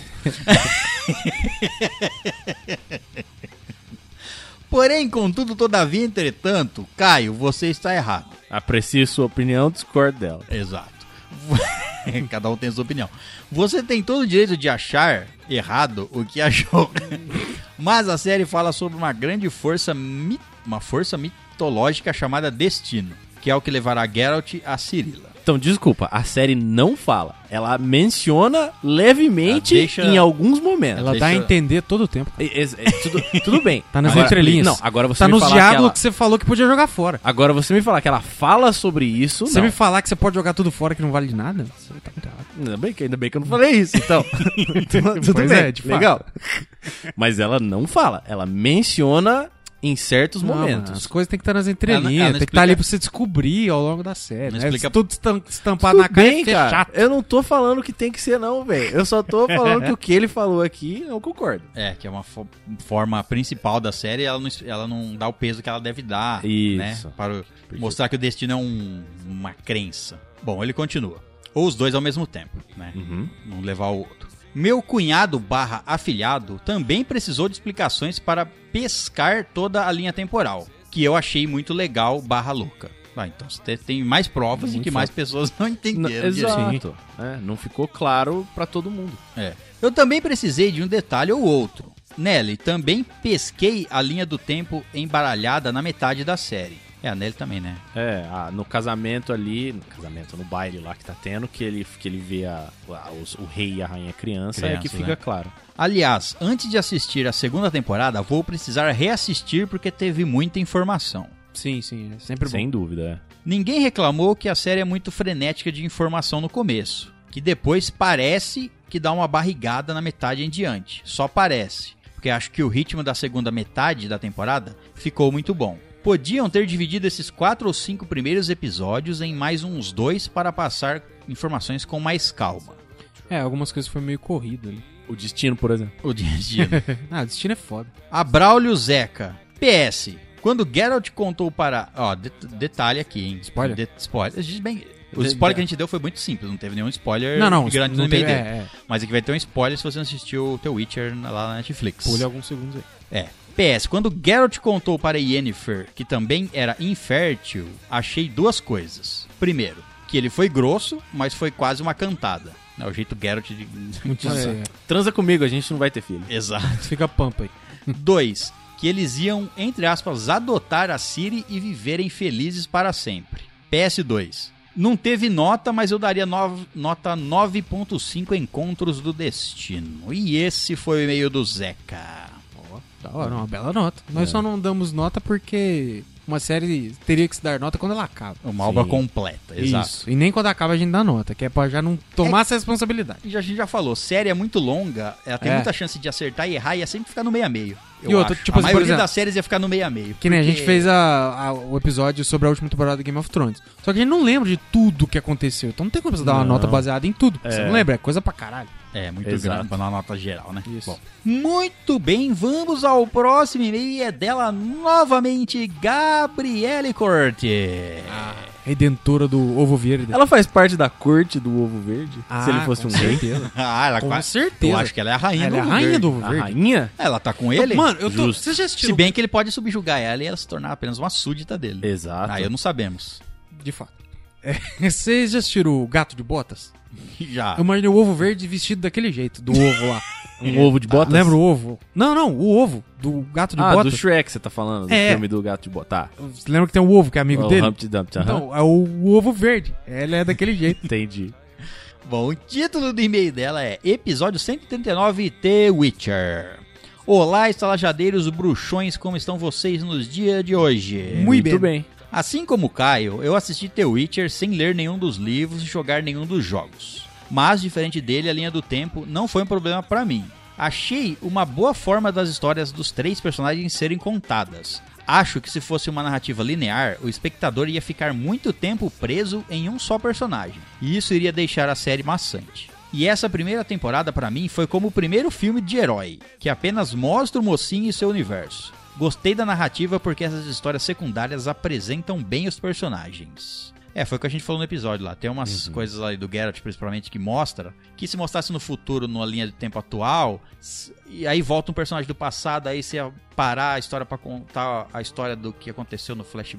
Porém, contudo, todavia, entretanto, Caio, você está errado.
Aprecio sua opinião, discordo dela.
Exato. Cada um tem sua opinião. Você tem todo o direito de achar errado o que achou. Mas a série fala sobre uma grande força, mi- uma força mitológica chamada Destino, que é o que levará Geralt a Cirila.
Então, desculpa, a série não fala. Ela menciona levemente
Ela Ah, deixa-
em alguns momentos.
Ela dá a
deixa-
entender todo o tempo.
É, é, é, tudo, tudo bem.
Tá nas
Agora-
entrelinhas.
Não, agora você
Tá
me
nos
falar
diálogos
que ela-
que você falou que podia jogar fora.
Agora você me falar que ela fala sobre isso.
Você
não.
me falar que você pode jogar tudo fora que não vale de nada? Você tá bravo.
Ainda bem, que, ainda bem que eu não falei isso, então. tudo tudo
Pois
bem,
é, de fato.
legal. Mas ela não fala, ela menciona em certos
Não, mano,
momentos.
as coisas tem que estar nas
Ela não-
entrelinhas,
ela
tem
não
que estar ali
explica-
pra você descobrir ao longo da série.
Não
Né?
explica-
Tudo estam-
Tá
estampado na cara
é
e fechado.
Eu não tô falando que tem que ser, não, velho. Eu só tô falando que o que ele falou aqui, eu concordo.
É, que é uma fo- forma principal da série, ela não, es- ela não dá o peso que ela deve dar,
Isso.
né? Para o- mostrar que o destino é um- uma crença. Bom, ele continua. Ou os dois ao mesmo tempo, né?
Uhum.
um levar ao outro. Meu cunhado barra afilhado também precisou de explicações para pescar toda a linha temporal, que eu achei muito legal barra louca. Ah, então você te- tem mais provas e
Muito
que mais pessoas não entenderam.
Não,
direito.
exato. É, não ficou claro pra todo mundo.
É. Eu também precisei de um detalhe ou outro. Nelly, também pesquei a linha do tempo embaralhada na metade da série. É, a Nelly também, né?
É, ah, no casamento ali, no casamento, no baile lá que tá tendo, que ele, que ele vê a, a- os- o rei e a rainha criança, é
Criança,
que fica
né?
claro.
Aliás, antes de assistir a segunda temporada, vou precisar reassistir porque teve muita informação.
Sim, sim, é sempre bom.
Sem dúvida, é.
Ninguém reclamou que a série é muito frenética de informação no começo, que depois parece que dá uma barrigada na metade em diante. Só parece, porque acho que o ritmo da segunda metade da temporada ficou muito bom. Podiam ter dividido esses quatro ou cinco primeiros episódios em mais uns dois para passar informações com mais calma.
É, algumas coisas foi meio corrido ali.
é. O destino, por exemplo.
O dia a dia, né?
Ah, destino é foda.
A Braulio Zeca. PS. Quando Geralt contou para. Ó, de- detalhe aqui, hein?
Spoiler?
De- spoiler. A gente bem- O
De-
spoiler que a gente deu foi muito simples, não teve nenhum spoiler
É, Não, não,
grande
não
no meio
teve,
dele.
é, é,
Mas aqui vai ter um spoiler se você não assistiu o The Witcher na- lá na Netflix.
pule alguns segundos aí.
É. PS, quando Geralt contou para Yennefer que também era infértil, achei duas coisas. Primeiro, que ele foi grosso, mas foi quase uma cantada. É o jeito Geralt de.
Muito é.
Transa comigo, a gente não vai ter filho.
Exato.
Fica pampa aí.
2. Que eles iam, entre aspas, adotar a Siri e viverem felizes para sempre. PS2. Não teve nota, mas eu daria nove- nota 9.5 Encontros do Destino. E esse foi o e-mail do Zeca.
Da hora, uma bela nota. Nós só não damos nota porque uma série teria que se dar nota quando ela acaba.
Uma
Sim.
obra completa, exato.
Isso. E nem quando acaba a gente dá nota, que é pra já não tomar essa responsabilidade.
E já- a gente já falou, série é muito longa, ela tem
É.
muita chance de acertar e errar e ia sempre ficar no meio a meio. Eu
E outra,
acho.
tipo
a
assim, por
maioria
exemplo,
das séries ia ficar no meio a meio.
Que nem a
porque-
gente fez a- a- o episódio sobre a última temporada do Game of Thrones. Só que a gente não lembra de tudo que aconteceu. Então não tem como você dar uma
Não.
nota baseada em tudo. porque Você
É.
não lembra, é coisa pra caralho.
É, muito
Exato.
grande pra dar uma nota geral, né?
Isso.
muito bem, vamos ao próximo e-mail e é dela novamente, Gabriele Corte.
redentora do ovo verde.
Ela faz parte da corte do ovo verde? se ele fosse um
com
rei?
certeza.
Ah, ela
com
quase.
certeza.
Eu acho que ela é a rainha
Ela
do
é a
Ovo
rainha
Verde.
do ovo
um A
verde.
rainha?
Ela tá com ele?
Mano, eu tô.
Justo.
Você já
se
assistiu?
bem que ele pode subjugar ela e ela se tornar apenas uma súdita dele.
Exato.
Aí eu não sabemos.
De fato. É, vocês já assistiram o gato de botas?
Ah.
Já.
Eu imaginei o ovo verde vestido daquele jeito, do ovo lá.
Um ovo de botas?
Lembra o ovo? Não, não, o ovo do gato de
Ah,
botas.
do Shrek você tá falando, do
É.
filme do gato de botas. Tá.
Você Lembra que tem o ovo que é amigo
O
dele?
Humpty Dumpty, aham.
Então, é o, o ovo verde. Ela é daquele jeito.
Entendi.
Bom, o título do e-mail dela é Episódio 139 The Witcher. Olá, estalajadeiros bruxões, como estão vocês nos dias de hoje?
Muito
é Muito bem.
Assim como o Caio, eu assisti The Witcher sem ler nenhum dos livros e jogar nenhum dos jogos. Mas, diferente dele, a linha do tempo não foi um problema pra mim. Achei uma boa forma das histórias dos três personagens serem contadas. Acho que se fosse uma narrativa linear, o espectador ia ficar muito tempo preso em um só personagem, e isso iria deixar a série maçante. E essa primeira temporada pra mim foi como o primeiro filme de herói, que apenas mostra o mocinho e seu universo. Gostei da narrativa porque essas histórias secundárias apresentam bem os personagens. É, foi o que a gente falou no episódio lá. Tem umas
Uhum.
coisas ali do Geralt, principalmente, que mostra que se mostrasse no futuro, numa linha de tempo atual, s- e aí volta um personagem do passado, aí você ia parar a história pra contar a história do que aconteceu no Flash.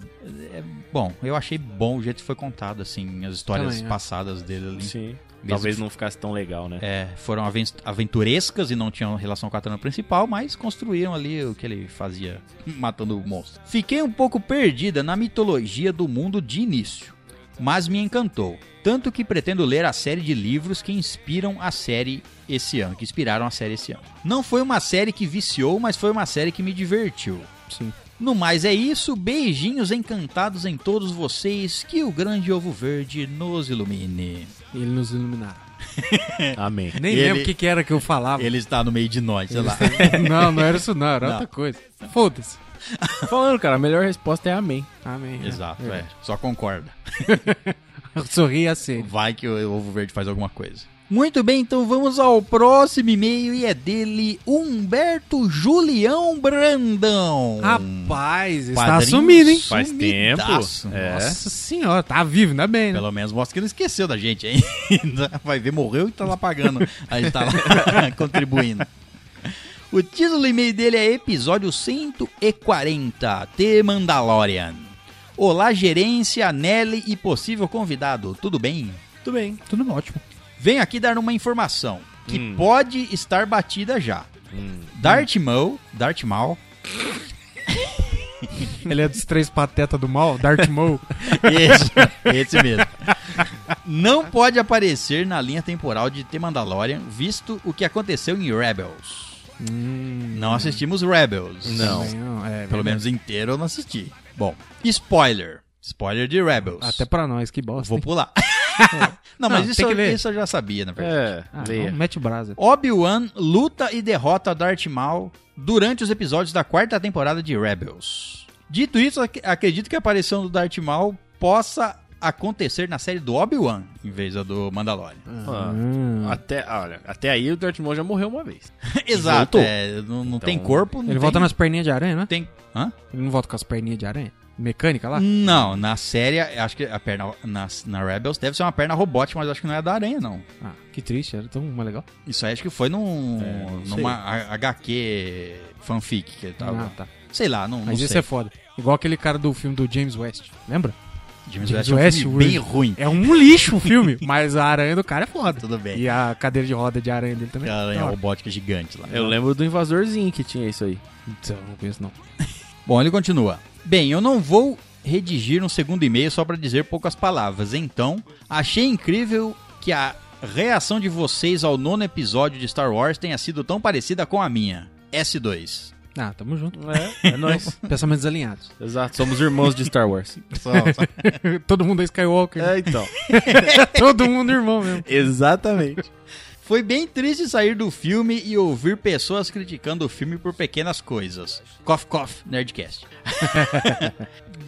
É, bom, eu achei bom o jeito que foi contado, assim, as histórias
Também, é.
passadas dele ali.
Sim.
Mesmo
Talvez
que-
não ficasse tão legal, né?
É, foram aven- aventurescas e não tinham relação com a trama principal, mas construíram ali o que ele fazia matando o monstro. Fiquei um pouco perdida na mitologia do mundo de início, mas me encantou. Tanto que pretendo ler a série de livros que inspiram a série esse ano, que inspiraram a série esse ano. Não foi uma série que viciou, mas foi uma série que me divertiu.
Sim.
No mais é isso, beijinhos encantados em todos vocês, que o grande ovo verde nos ilumine.
Ele nos iluminava.
Amém.
Nem
Ele-
lembro o que, que era que eu falava.
Ele está no meio de nós, sei lá.
Não, não era isso, não. Era
Não.
outra coisa. Foda-se.
Falando, cara, a melhor resposta é amém.
Amém.
Exato, é. Só concorda.
Eu sorri a ser.
Vai que o ovo verde faz alguma coisa. Muito bem, então vamos ao próximo e-mail e é dele Humberto Julião Brandão.
Um
Rapaz, está
Padrinho
assumido, hein?
Faz
Sumidaço.
tempo. É.
Nossa senhora, tá vivo, ainda bem, né?
Pelo menos mostra que ele esqueceu da gente hein? ainda. Vai ver, morreu e tá lá pagando. Aí tá lá contribuindo. O título do e-mail dele é Episódio 140, The Mandalorian. Olá, gerência, Nelly e possível convidado, tudo bem?
Tudo bem.
Tudo ótimo.
Venho aqui dar uma informação que
Hum.
pode estar batida já.
Hum.
Darth Maul, Darth Maul,
Ele é dos três patetas do mal, Darth Maul.
esse, esse mesmo, não pode aparecer na linha temporal de The Mandalorian, visto o que aconteceu em Rebels.
Hum,
Não assistimos Rebels.
Não.
também
Pelo
é, verdade.
menos inteiro eu não assisti. Bom, spoiler. Spoiler de Rebels.
Até pra nós, que bosta.
Vou
hein?
pular. não, mas
Não,
isso,
tem que
eu,
ler.
isso eu já sabia, na verdade.
É,
Ah,
leia.
não, mete brasa.
Obi-Wan luta e derrota Darth Maul durante os episódios da quarta temporada de Rebels. Dito isso, ac- acredito que a aparição do Darth Maul possa acontecer na série do Obi-Wan, em vez da do Mandalorian.
Ah,
Hum.
Até, olha, até aí o Darth Maul já morreu uma vez.
Exato,
voltou.
é, não, não tem
Então,
corpo, não
Ele
tem-
volta nas perninhas de aranha, né?
tem... Hã?
Ele não volta com as perninhas de aranha? Mecânica lá?
Não, na série, acho que a perna na, na Rebels deve ser uma perna robótica, mas acho que não é da aranha, não.
Ah, que triste, era tão mais legal.
Isso aí acho que foi num,
É, não sei.
numa a- HQ fanfic que ele tava.
ah, tá.
Sei lá, não, não
Mas isso
sei.
é foda. Igual aquele cara do filme do James West, lembra?
James
James
West é um
West,
filme bem
Word.
ruim.
É um lixo o filme, mas a aranha do cara é foda.
Ah, Tudo bem.
E a cadeira de roda de aranha dele também. Ah,
Ela é
Da hora.
robótica gigante lá.
Eu lembro do invasorzinho que tinha isso aí.
Então, não conheço não.
Bom, ele continua. Bem, eu não vou redigir um segundo e-mail só pra dizer poucas palavras. Então, achei incrível que a reação de vocês ao nono episódio de Star Wars tenha sido tão parecida com a minha. S2.
Ah, tamo junto.
É, é nóis.
Pensamentos alinhados.
Exato, somos irmãos de Star Wars.
Todo mundo é Skywalker.
então.
É.
Todo mundo irmão mesmo.
Exatamente.
Foi bem triste sair do filme e ouvir pessoas criticando o filme por pequenas coisas. Cough, cough, Nerdcast.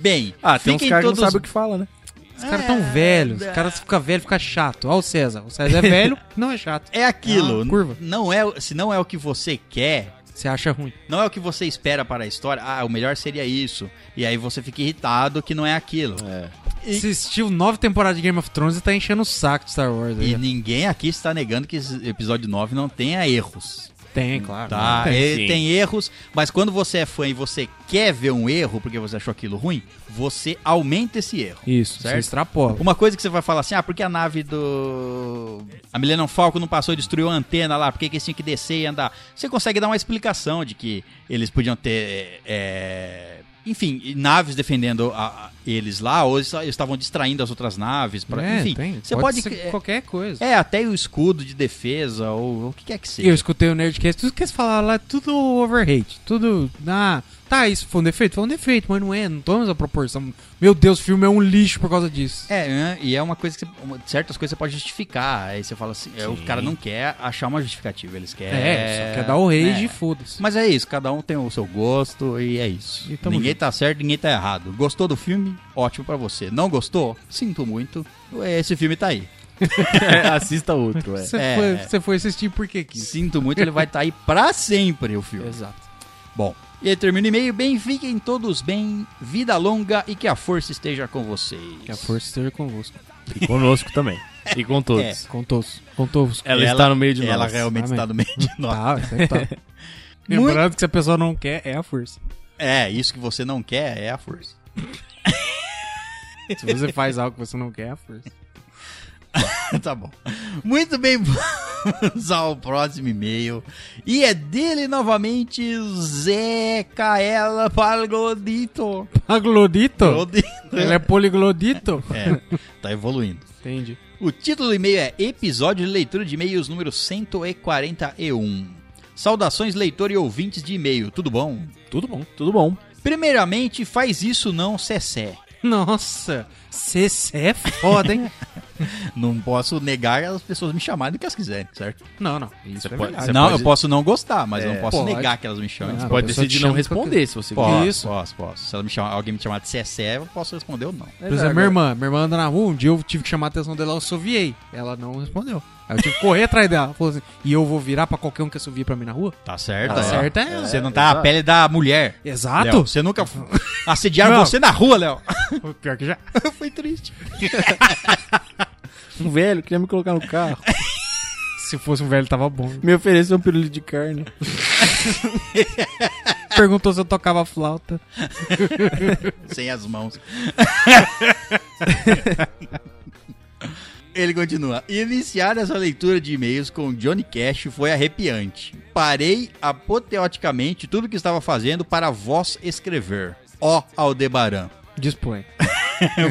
bem,
Ah, tem uns
fiquem
caras que
todos
não sabem o que fala, né?
Os caras
É.
tão velhos. Os caras ficam velhos, fica chato. Olha o César. O César é velho, não é chato.
É aquilo.
Ah, curva.
Não é, se não é o que você quer,
Você acha ruim.
Não é o que você espera para a história. Ah, o melhor seria isso. E aí você fica irritado que não é aquilo.
É.
E-
Assistiu nove temporadas de Game of Thrones e tá enchendo o saco de Star Wars. né? aí.
E ninguém aqui está negando que esse episódio 9 não tenha erros.
Tem, claro.
Tá,
Ah, Tem.
ele
sim.
tem erros, mas quando você é fã e você quer ver um erro porque você achou aquilo ruim, você aumenta esse erro.
Isso,
Certo?
você extrapola.
Uma coisa que você vai falar assim, ah, porque a nave do. A Millennium Falcon não passou e destruiu a antena lá, por que que eles tinham que descer e andar? Você consegue dar uma explicação de que eles podiam ter. é, Enfim, naves defendendo a- a- eles lá, ou eles eles estavam distraindo as outras naves. pra-
É,
enfim,
tem.
você pode.
pode, ser qualquer coisa.
É, até o escudo de defesa, ou o que quer que
E Eu
seja.
escutei o Nerdcast, tudo que eles falaram lá é tudo overrate. Tudo. Ah, tá, isso foi um defeito? Foi um defeito, mas não é, não tomamos a proporção. Meu Deus, o filme é um lixo por causa disso.
É, né, e é uma coisa que você, uma- certas coisas você pode justificar. Aí você fala assim, é, o
Sim.
cara não quer achar uma justificativa, eles querem.
É, só quer dar o rage
né?
e foda-se.
Mas é isso, cada um tem o seu gosto e é isso.
E tamo
ninguém
junto.
tá certo, ninguém tá errado. Gostou do filme? Ótimo pra você. Não gostou? Sinto muito. Esse filme tá aí.
Assista outro, é.
Você,
é.
foi, você foi assistir porque quis.
Sinto muito, ele vai estar tá aí pra sempre o filme.
Exato.
Bom, e aí termina o e-mail. Bem, fiquem todos bem. Vida longa e que a força esteja com vocês.
Que a força esteja convosco.
E conosco também. E com
É.
todos.
Contou-se. Contou-se.
Ela, está no meio de
Ela
nós.
realmente
Amém.
está no meio de nós.
Tá, sempre tá. Lembrando que se a pessoa não quer, é a força.
É, isso que você não quer é a força.
Se você faz algo que você não quer, é a força.
tá bom. Muito bem, vamos ao próximo e-mail. E é dele novamente, Zé Caela Palgodito.
Aglodito?
Palgodito.
Ele é poliglodito?
É, tá evoluindo.
Entendi.
O título do e-mail é Episódio de Leitura de E-mails número 141. Saudações, leitor e ouvintes de e-mail, tudo bom?
Tudo bom. Tudo bom.
Primeiramente, faz isso não, Cessé.
Nossa, CC é foda, hein?
Não posso negar as pessoas me chamarem do que elas quiserem, certo?
Não, não. Isso
Você pode-
verdade.
você
Ah, não,
pode-
eu posso não gostar, mas
É.
eu não posso
Pode.
negar que elas me chamem.
Não,
Pode
a pessoa
decidir
te
não
chama
responder se você
Posso,
Isso.
posso, posso. Se ela me chamar, alguém me chamar de Cessé, eu posso responder ou não.
é,
Por exemplo, minha irmã. Minha irmã anda na rua, um dia eu tive que chamar a atenção dela, eu assoviei. Ela não respondeu. Aí eu tive que correr atrás dela. Ela falou assim, e eu vou virar pra qualquer um que assovia pra mim na rua?
Tá certo,
Tá
é.
certo, é.
Você não tá na
exato.
pele da mulher.
Exato.
Léo, você nunca assediaram
Não.
você na rua, Léo.
Pior que já.
Foi triste.
Um velho queria me colocar no carro.
Se fosse um velho, tava bom.
me ofereceu um pirulito de carne.
Perguntou se eu tocava flauta.
Sem as mãos. Ele continua. Iniciar essa leitura de e-mails com Johnny Cash foi arrepiante. Parei apoteoticamente tudo que estava fazendo para vós escrever. Ó Aldebaran.
Dispõe.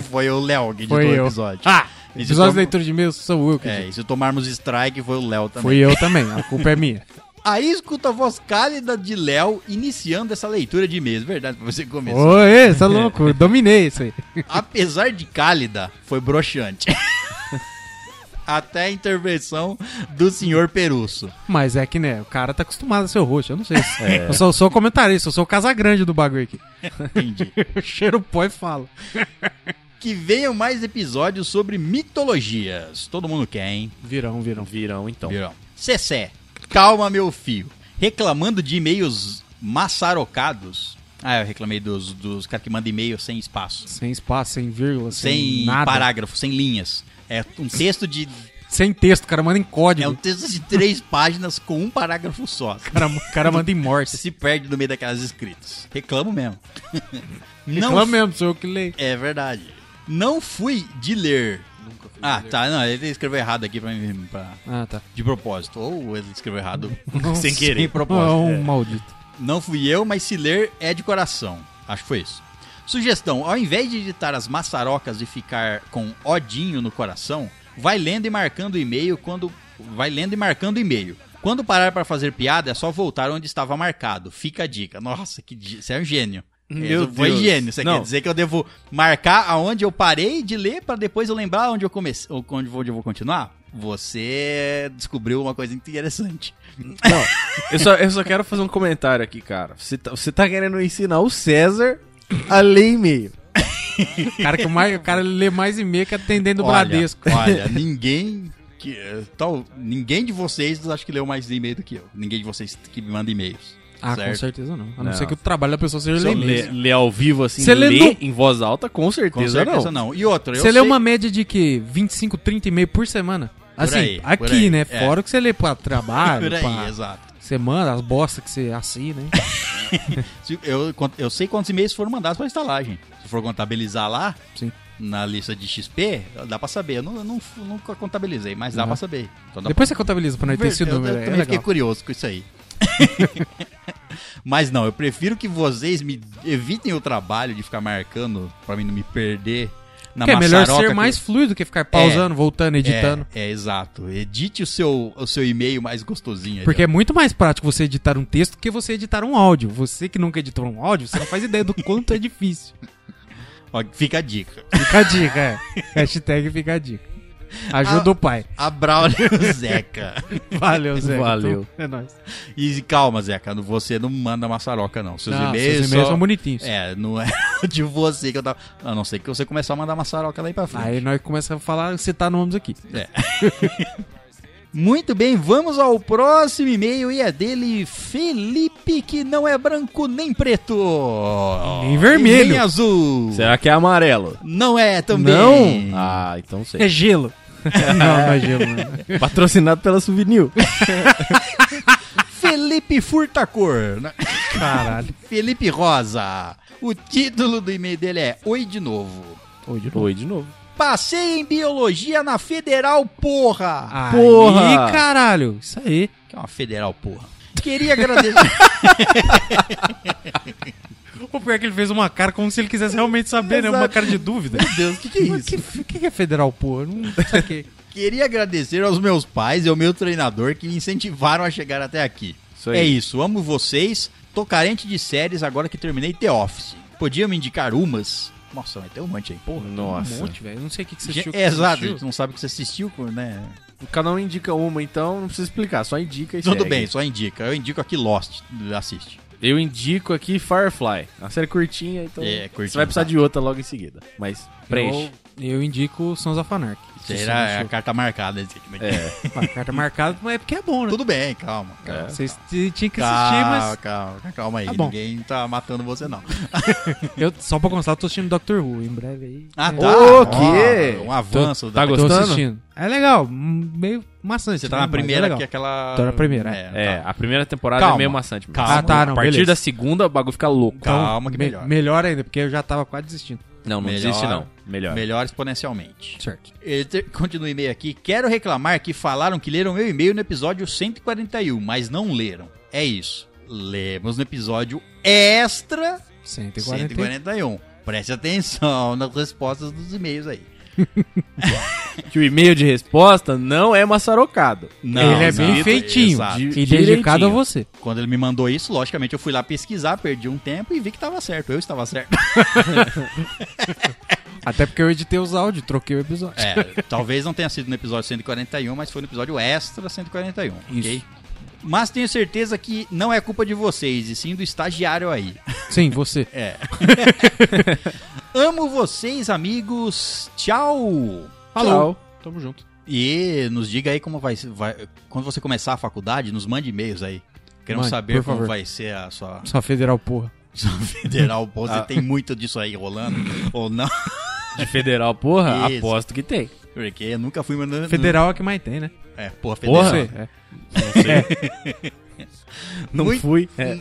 Foi o Léo que editou
Foi
o
eu.
episódio.
Ah,
Esse
episódio de
tom-
leitura de e-mails sou eu que
É,
digo.
e se tomarmos strike, foi o Léo também.
Fui eu também, a culpa é minha.
Aí escuta a voz cálida de Léo iniciando essa leitura de e-mails. Verdade, pra você começar.
Oi, você é louco, eu dominei isso aí.
Apesar de cálida, foi broxante. Até a intervenção do senhor Perusso.
Mas é que, né, o cara tá acostumado a ser o roxo, eu não sei. Se... Eu sou, sou comentarista, eu sou o casa grande do bagulho aqui.
Entendi.
Eu cheiro pó e falo.
que venham mais episódios sobre mitologias. Todo mundo quer, hein?
Virão, virão.
Virão, então.
Virão. Cessé, calma meu fio. Reclamando de e-mails maçarocados. Ah, eu reclamei dos, dos caras que mandam e-mail sem espaço.
Sem espaço, sem vírgula, sem,
sem
nada.
parágrafo, sem linhas. É um texto de
Sem texto, o cara manda em
é um
código.
texto de três páginas com um parágrafo só.
O cara, o cara manda em
Você
morse.
se perde no meio daquelas escritas. Reclamo mesmo. Não
Reclama mesmo, sou eu que leio.
É verdade. Não fui de ler. ah, tá. Não, ele escreveu errado aqui pra mim, pra-
Ah, tá.
de propósito. Ou ele escreveu errado.
Sem querer.
Sem propósito.
Não, um maldito.
Não fui eu, mas se ler é de coração. Acho que foi isso. Sugestão: ao invés de editar as maçarocas e ficar com odinho no coração, vai lendo e marcando o e-mail quando. Vai lendo e marcando o e-mail. Quando parar pra fazer piada, é só voltar onde estava marcado. Fica a dica. Nossa, que di- você é um gênio.
Meu
Isso foi
Deus.
gênio. Você
Não.
quer dizer que eu devo marcar aonde eu parei de ler pra depois eu lembrar onde eu comecei, ou onde eu vou continuar? Você descobriu uma coisa interessante.
Eu só, eu só quero fazer um comentário aqui, cara. Você tá, você tá querendo ensinar o César a ler e-mail.
O cara, que mais, o cara lê mais e-mail que atendendo o
Olha,
Bradesco.
Olha, ninguém. Que, eh, tal, ninguém de vocês acho que leu mais e-mail do que eu. Ninguém de vocês que me manda e-mails.
Ah, com
certo?
certeza não. A não,
Não.
ser que o trabalho da pessoa seja
Se eu
ler
ler,
mesmo.
ler ao vivo, assim,
Você lê
ler
no-
em voz alta, com certeza,
Com certeza
não.
não. E outra, eu
Você lê
sei-
uma média de que 25, 30 e meio por semana? Assim,
aí, por
aqui,
aí,
né?
é.
Fora o que você lê pra trabalho,
Por aí, é.
pra
exato.
semana, as bostas que você assina, né?
Se- Eu, eu sei quantos e-mails foram mandados pra estalagem. Se for contabilizar lá,
Sim.
na lista de XP, dá pra saber. Eu, não, eu não- nunca contabilizei, mas dá
Uhum.
pra saber. Então dá
Depois você contabiliza pra não ter esse
Eu- eu
número. É
também fiquei
legal.
curioso com isso aí. Mas não, eu prefiro que vocês me evitem o trabalho de ficar marcando pra mim não me perder na
Que é melhor
maçaroca
ser
que-
mais fluido que ficar pausando, voltando, editando.
É, é, exato. Edite o seu, o seu e-mail mais gostosinho. aí,
Porque
ó.
é muito mais prático você editar um texto que você editar um áudio. Você que nunca editou um áudio, você não faz ideia do quanto é difícil.
Ó, fica a dica.
Fica a dica, é. Hashtag fica a dica. Ajuda
Ah.
o pai.
A Braulio Zeca.
Valeu, Zé.
Valeu.
Então, É nóis.
E calma, Zeca, você não manda maçaroca, não. Seus
Não,
e-mails
seus e-mails
só-
são bonitinhos.
É, não é de você que eu tava... A não ser que você começar a mandar maçaroca lá pra frente.
Aí nós começamos a falar, citar nomes aqui.
Muito bem, vamos ao próximo e-mail e é dele Felipe, que não é branco nem preto.
Nem vermelho.
E Nem azul.
Será que é amarelo?
Não é também.
Não? Ah, então sei.
É gelo. não, não é gelo, não.
Patrocinado pela Souvenir.
Ah. Felipe Furtacor. né?
Caralho.
Felipe Rosa. O título do e-mail dele é Oi de novo.
Pô, de novo.
Oi, de novo.
Passei em biologia na federal, porra.
Aí,
Porra!
caralho. Isso aí.
Que é uma federal, porra. Queria agradecer.
O pior é que ele fez uma cara como se ele quisesse realmente saber, né? Uma cara de dúvida.
Meu Deus, o que, que é
Mas
isso?
que, que, que é federal, porra? Não saquei.
Queria agradecer aos meus pais e ao meu treinador que me incentivaram a chegar até aqui.
Isso aí.
É isso, amo vocês. Tô carente de séries agora que terminei The Office. Podiam me indicar umas? Nossa, mas tem um monte aí, porra.
Um
Nossa.
monte, velho. Não sei o que, que você
Gente,
assistiu. que
é,
você
exato, a
assistiu.
gente não sabe o que você assistiu, né?
Cada um indica uma, então não precisa explicar, só indica e
Então, Tudo
segue.
bem, só indica. Eu indico aqui Lost, assiste.
Eu indico aqui Firefly. Uma série curtinha, então
É, curtinha,
você vai precisar
tá.
de outra logo em seguida. Mas preenche.
Eu, eu indico Sons of Anarchy.
Será é a
Assistiu.
carta marcada. esse aqui, né?
É,
Ah, carta marcada, mas é porque é bom, né?
Tudo Tá. bem, calma. calma.
é.
Vocês t- tinham que assistir,
Calma,
mas
calma, calma aí.
Tá bom.
Ninguém tá matando você, não.
eu, só pra constar, eu tô assistindo Doctor Who em breve aí.
Ah,
É.
tá.
O quê?
Ó, Um avanço.
Tá
da-
Tô
gostando?
assistindo. É legal, hum, meio maçante.
Você tá
né,
na
mas é
primeira
legal.
aqui, aquela...
Tô na primeira,
É,
É,
tá.
a primeira temporada
Calma.
é meio maçante. mesmo.
Calma. Ah,
tá, não,
a partir
beleza. Então,
da segunda, o bagulho fica louco.
Calma que
me-
melhor.
Melhor ainda, porque eu já tava quase desistindo.
Não, não
Melhor.
existe não. Melhor.
Melhor exponencialmente.
Certo.
Ele ter- continua o e-mail aqui. Quero reclamar que falaram que leram meu e-mail no episódio 141, mas não leram. É isso. Lemos no episódio extra
140.
141. Preste atenção nas respostas dos e-mails aí.
Que o e-mail de resposta não é maçarocado.
ele é bem
exato,
feitinho
exato.
De-
e
direitinho.
dedicado a você.
Quando ele me mandou isso, logicamente eu fui lá pesquisar, perdi um tempo e vi que tava certo. Eu estava certo.
Até porque eu editei os áudios, troquei o episódio.
É, talvez não tenha sido no episódio 141, mas foi no episódio extra 141. ok?
Isso.
Mas tenho certeza que não é culpa de vocês, e sim do estagiário aí.
Sim, você.
Amo vocês, amigos. Tchau.
Falou. Tamo junto.
E nos diga aí como vai ser. vai- quando você começar a faculdade, nos mande e-mails aí. Queremos
Mande,
saber
por
como
favor.
vai ser a sua,
Só federal, porra.
sua federal. Pô, Você
Ah.
tem muito disso aí rolando ou não?
De federal, porra,
Isso.
aposto que tem.
Porque eu nunca fui mandando.
Federal é o que mais tem, né?
Hum. É, porra,
Porra.
federal.
Você, é.
Não
Muito-
fui. É.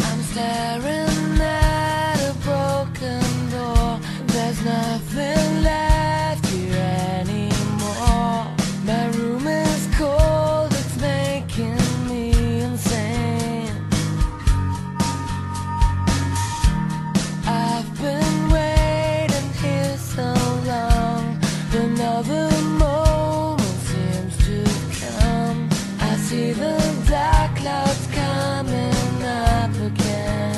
I'm staring at a broken door. There's nothing left here anymore. My room is cold, it's making me insane. I've been waiting here so long. Another moment seems to come. I see the dark clouds coming up again.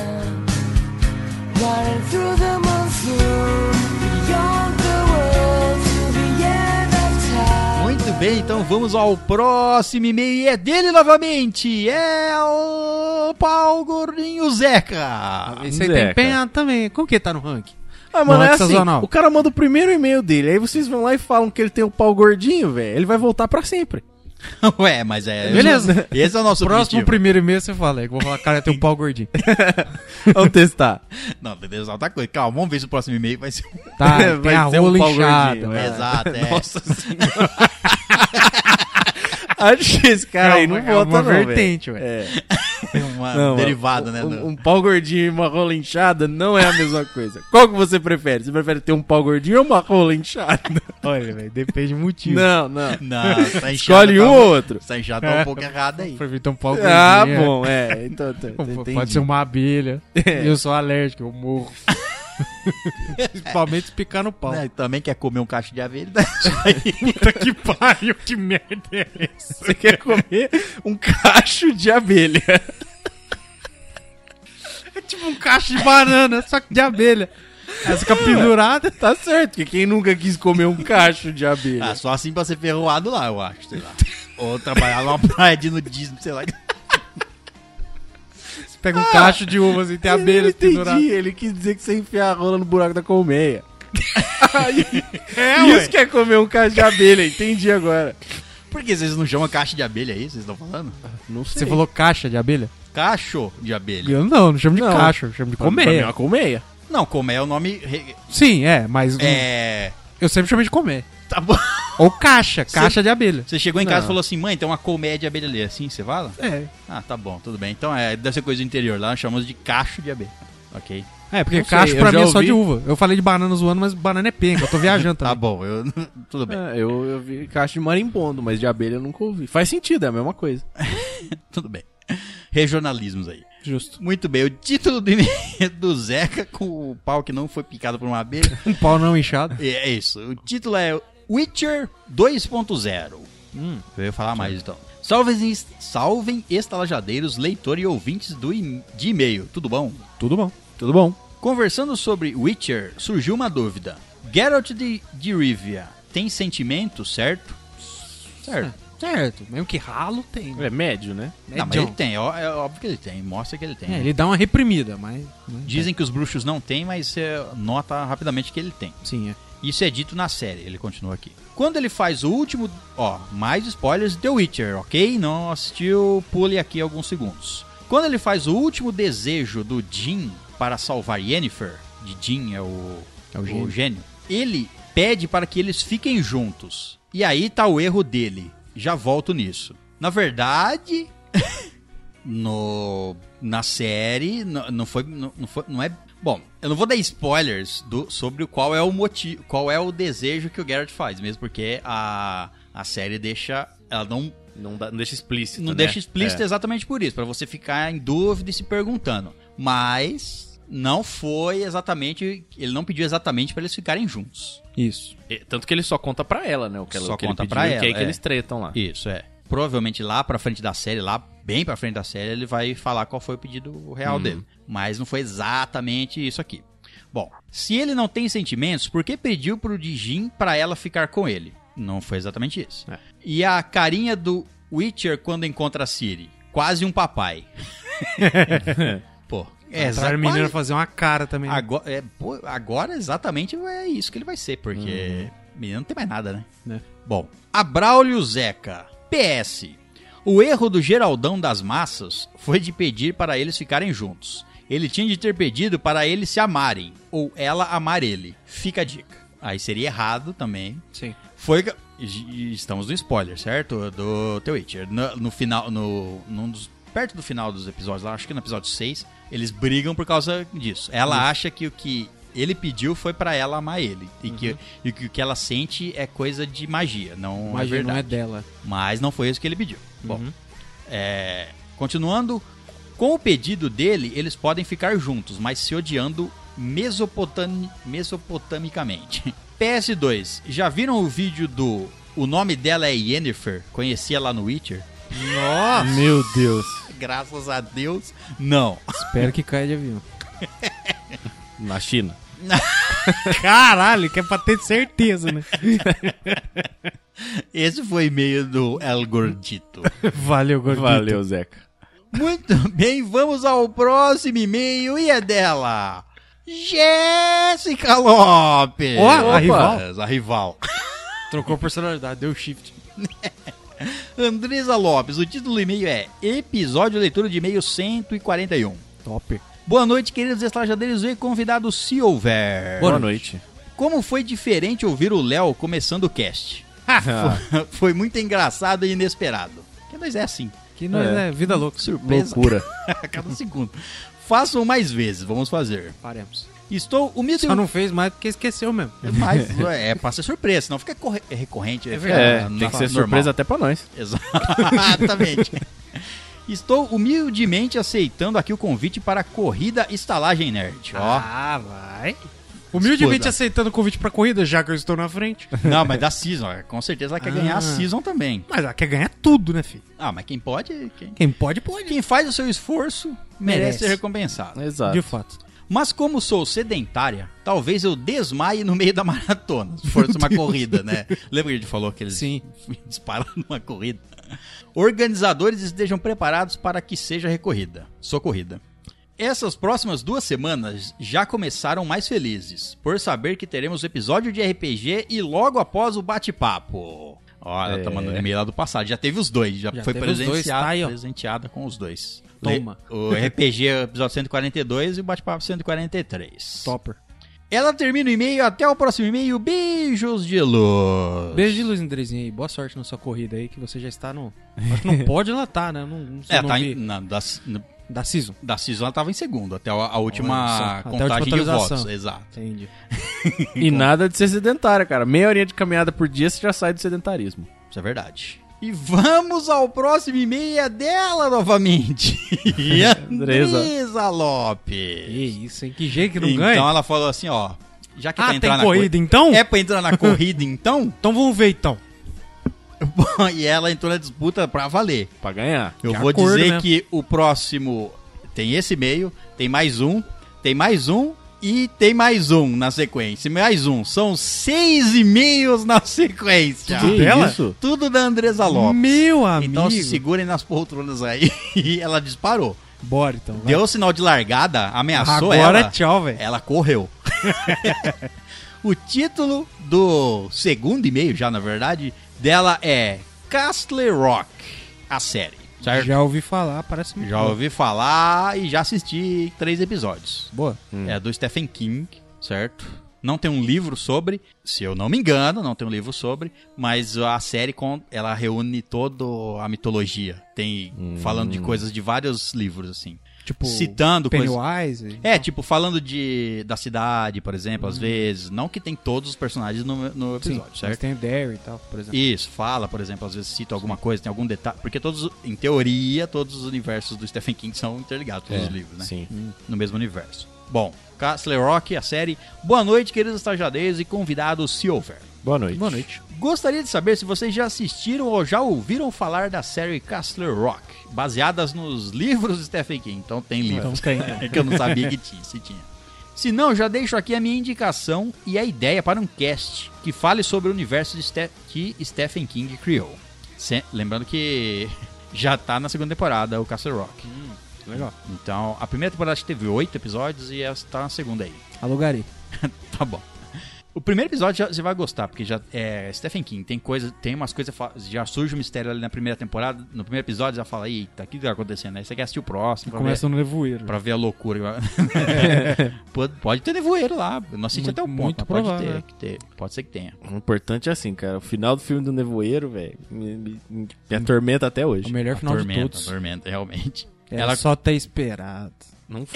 Running through the monsoon, beyond the world to the end of time.
Muito bem, então vamos ao próximo e-mail e é dele novamente. É o Paulo Gordinho Zeca.
Esse aí
Zeca.
tá empenhado também. Como que ele tá no ranking?
Ah, mano,
Não é
é assim,
sazonal.
o cara manda o primeiro e-mail dele, aí vocês vão lá e falam que ele tem o pau gordinho, velho. Ele vai voltar pra sempre.
Ué, mas é.
Beleza.
Esse é o nosso
Próximo
objetivo.
primeiro e-mail você fala, é que eu vou falar, cara, tem um pau gordinho.
Vamos testar.
Não, beleza, outra coisa. Calma, vamos ver se o próximo e-mail vai ser. um-
Tá,
Vai
tem a
ser um
rola
pau
inchada.
gordinho,
né?
Exato, é.
Nossa senhora. Acho que esse cara aí não
É uma-
volta,
é uma
não, velho.
vertente, velho.
É.
uma
Não,
derivada,
um,
né?
Um,
do-
um pau gordinho e uma rola inchada não é a mesma coisa. Qual que você prefere? Você prefere ter um pau gordinho ou uma rola inchada?
Olha, velho, depende do motivo.
Não, não.
Não, tá inchado.
Escolhe um
tá...
ou outro. É.
Essa enxada tá um pouco errada aí.
Pra mim tem um pau gordinho.
Ah,
é.
bom, é. Então, tá,
Pô,
entendi. É.
Pode ser uma abelha. Eu sou alérgico, eu morro. Principalmente se picar no pau.
É.
Né, também quer comer um cacho de abelha. tá?
Puta que pariu, que merda é essa?
Você quer comer um cacho de abelha.
É tipo um cacho de banana, só que de abelha. Essa fica pendurada.
Tá certo, porque quem nunca quis comer um cacho de abelha?
Ah, só assim pra ser ferroado lá, eu acho, sei lá. Ou trabalhar numa praia de nudismo, sei lá.
Você pega um cacho de uva assim, tem
Ah. Eu não
abelha
entendi,
pendurada.
ele quis dizer que você enfia a rola no buraco da colmeia.
É,
Isso que é comer um cacho de abelha, entendi agora.
Por que vocês não chamam caixa de abelha aí? Vocês estão falando?
Não sei.
Você falou caixa de abelha?
Cacho de abelha.
Eu não, não chamo de
Não.
cacho, eu chamo de
Pra mim é
comer.
uma colmeia.
Não, como é o nome. re-
Sim, é, mas
É.
eu sempre chamei de comer.
Tá bom.
Ou caixa, caixa de abelha.
Você chegou em casa e
Não.
falou assim: mãe, tem uma colmeia de abelha ali. Assim você fala?
É.
Ah, tá bom, tudo bem. Então é, deve ser coisa do interior lá, nós chamamos de cacho de abelha. Ok.
É, porque
Não sei,
cacho
eu
pra
já
mim é só
ouvi.
de uva. Eu falei de banana zoando, mas banana é penca, eu tô viajando
Tá
também.
bom, eu. tudo bem.
Ah, eu, eu vi cacho de marimbondo, mas de abelha eu nunca ouvi. Faz sentido, é a mesma coisa.
Tudo bem. Regionalismos aí.
Tá,
Justo.
Muito bem, o título do, e-mail do Zeca com o pau que não foi picado por uma abelha.
Um pau não inchado.
E é isso. O título é Witcher 2.0. eu ia falar mais então. Salvem, es- salvem estalajadeiros, leitor e ouvintes do e- de e-mail. Tudo bom?
Tudo bom.
Tudo bom.
Conversando sobre Witcher, surgiu uma dúvida. Geralt de, de Rivia tem sentimento, certo? Certo.
Ah, Certo, mesmo que ralo tem.
É médio, né?
Não, mas ele tem, ó, é óbvio que ele tem, mostra que ele tem.
É, ele dá uma reprimida, mas. né,
Dizem que os bruxos não têm, mas você nota rapidamente que ele tem.
Sim, é.
Isso é dito na série, ele continua aqui. Quando ele faz o último. Ó, mais spoilers de The Witcher, ok? Não assistiu, pule aqui alguns segundos. Quando ele faz o último desejo do Jin para salvar Yennefer, de Jin é o,
É o gênio.
ele pede para que eles fiquem juntos. E aí tá o erro dele. Já volto nisso. Na verdade, no na série não, não foi não, não foi não é bom eu não vou dar spoilers do sobre o qual é o motivo qual é o desejo que o Geralt faz mesmo porque a a série deixa ela não
Não, dá- não deixa explícito,
não
né?
deixa explícito
É.
exatamente por isso para você ficar em dúvida e se perguntando mas não foi exatamente ele não pediu exatamente para eles ficarem juntos
Isso.
E- Tanto que ele só conta pra ela, né? O que ela,
Só
o que ele
conta
pediu,
pra
Que é aí
ela,
que
é.
eles tretam lá.
isso é provavelmente lá pra frente da série lá bem pra frente da série ele vai falar qual foi o pedido
Uhum.
real dele mas não foi exatamente isso aqui Bom, se ele não tem sentimentos, por que pediu pro Dijin pra ela ficar com ele? Não foi exatamente isso.
É.
E a carinha do Witcher quando encontra a Ciri? Quase um papai. Pô, é
Essa
exa-
menina
quase-
fazer uma cara também. né?
agora, é, pô, agora exatamente é isso que ele vai ser, porque menino não tem mais nada, né?
Uhum. Né.
Bom, Abraulio Zeca. PS. O erro do Geraldão das Massas foi de pedir para eles ficarem juntos. Ele tinha de ter pedido para eles se amarem, ou ela amar ele. Fica a dica. Aí seria errado também.
Sim.
Foi. que- e- e Estamos no spoiler, certo? Do The Witcher. No, no final. No, num dos- perto do final dos episódios, lá, acho que no episódio 6, eles brigam por causa disso. Ela acha que o que ele pediu foi pra ela amar ele. E,
Uhum.
que, e que o que ela sente é coisa de magia, não é
Imagina, não
verdade.
é dela.
Mas não foi isso que ele pediu. Bom, é, continuando, com o pedido dele, eles podem ficar juntos, mas se odiando mesopotami- mesopotamicamente. PS2, já viram o vídeo do. O nome dela é Yennefer? Conhecia lá no Witcher?
Nossa!
Meu Deus.
Graças a Deus, não.
Espero que caia de avião.
Na China.
Caralho, que é pra ter certeza, né?
Esse foi e-mail do El Gordito.
Valeu, gordito.
Valeu, Zeca.
Muito bem, vamos ao próximo e-mail e é dela. Jéssica Lopes.
Ó, a
Opa,
rival.
A rival.
Trocou personalidade, deu shift.
Andresa Lopes, o título do e-mail é Episódio Leitura de E-mail 141.
Top.
Boa noite, queridos estalajadeiros e convidados, se houver.
Boa noite.
Como foi diferente ouvir o Léo começando o cast?
Ah.
foi muito engraçado e inesperado. Que nós é assim,
Que não é,
É.
né, vida louca.
surpresa a cada segundo. Façam mais vezes, vamos fazer.
Paremos.
Estou humilde.
Só não fez mais porque esqueceu mesmo.
Mas é pra ser surpresa, senão fica corre- é recorrente. É,
É,
fica
tem que ser
normal.
surpresa até pra nós.
Exatamente. Estou humildemente aceitando aqui o convite para a corrida Estalagem Nerd. Ó,
Ah, vai. Humildemente
Escuta.
aceitando o convite pra corrida, já que eu estou na frente.
não, mas da Season, ó, com certeza ela quer ganhar
Ah.
a Season também.
Mas ela quer ganhar tudo, né, filho?
Ah, mas quem pode, quem,
Quem pode, pode.
quem faz o seu esforço merece,
Merece.
ser recompensado.
Exato.
De fato.
Mas como sou sedentária, talvez eu desmaie no meio da maratona, se for uma corrida, né? Lembra que a gente falou que eles
Sim.
disparam numa corrida? Organizadores estejam preparados para que seja recorrida, socorrida. Essas próximas duas semanas já começaram mais felizes, por saber que teremos o episódio de RPG e logo após o bate-papo. Ó, ela tá
É.
mandando e-mail lá do passado. Já teve os dois, já,
Já
foi
teve os dois,
presenciada,
tá aí, ó.
presenteada com os dois.
Toma.
Le- O RPG é o episódio 142 e o bate-papo 143.
Topper.
Ela termina o e-mail, até o próximo e-mail. Beijos de luz.
Beijo de luz, Andrezinha aí. Boa sorte na sua corrida aí, que você já está no. Acho que não pode ela tá, né? Não, não sei
É,
o
tá
nome
em, na, da, na-
da season.
da Season ela tava em segundo, até a, a
Olha
última
só, até a última
contagem de
atualização.
votos. Exato.
Entendi.
E nada de ser sedentário, cara. Meia horinha de caminhada por dia você já sai do sedentarismo.
Isso é verdade. E vamos ao próximo e-mail é dela novamente.
Andresa.
É, Andresa
Que
Lopes.
isso, hein? Que jeito que não ganha.
Então ela falou assim, ó. Já que é pra
ah, tem
entrar na
corrida então?
É pra entrar na corrida, então?
Então vamos ver então.
Bom, e ela entrou na disputa pra valer.
Pra ganhar.
Eu
Que
vou
acordo,
dizer
né?
que o próximo tem esse e-mail, tem mais um, tem mais um e tem mais um na sequência. Mais um. São seis e-mails na sequência.
Tudo dela?
isso?
Tudo da Andresa Lopes.
Meu amigo.
Então se segurem nas poltronas aí. E ela disparou.
Bora então. vai.
Deu o sinal de largada, ameaçou
Agora é
ela. É,
tchau, velho.
Ela correu. o título do segundo e-mail, já na verdade, dela é Castle Rock, a série. Certo?
Já ouvi falar, parece muito
Já
bom.
ouvi falar e já assisti três episódios.
Boa.
É do Stephen King, certo? Não tem um livro sobre, se eu não me engano, não tem um livro sobre, mas a série con- ela reúne toda a mitologia. Tem
Hum.
falando de coisas de vários livros, assim.
Tipo,
citando coisas.
Pennywise. e-
É, tipo, falando de da cidade, por exemplo, às vezes. Não que tem todos os personagens no, no
Hum. Sim,
episódio,
mas
certo?
tem o Derry e tal, por exemplo.
Isso, fala, por exemplo, às vezes cita alguma coisa, tem algum detalhe. Porque todos, em teoria, todos os universos do Stephen King são interligados, todos os livros, né?
É, Sim.
No mesmo universo. Bom, Castle Rock, a série. Boa noite, queridos estajadeiros e convidados, se houver.
Boa noite.
Boa noite.
Gostaria de saber se vocês já assistiram ou já ouviram falar da série Castle Rock, baseadas nos livros do Stephen King. Então tem livro.
Então tem, então.
É que eu não sabia que tinha, se tinha. Se não, já deixo aqui a minha indicação e a ideia para um cast que fale sobre o universo de Ste- que Stephen King criou. Se- Lembrando que já tá na segunda temporada o Castle Rock.
Uhum. Legal.
Então, a primeira temporada acho que teve oito episódios e essa tá na segunda aí.
Alugarei.
Tá bom. O primeiro episódio já- você vai gostar, porque já é Stephen King, tem coisa, tem umas coisas, fa- já surge um mistério ali na primeira temporada, no primeiro episódio já fala, eita, o que tá acontecendo? Aí você quer assistir o próximo, pra ver,
Começa um- no nevoeiro.
pra ver a loucura. pode, pode ter nevoeiro lá, eu não assisti
Muito-
até o ponto,
muito
mas pode
provável,
ter,
né?
que ter, pode ser que tenha.
O importante é assim, cara. O final do filme do Nevoeiro, velho, me, me- me atormenta até
O
hoje.
melhor final de
Tormenta,
todos.
tormenta, realmente.
Era
Ela
só ter esperado.
Não,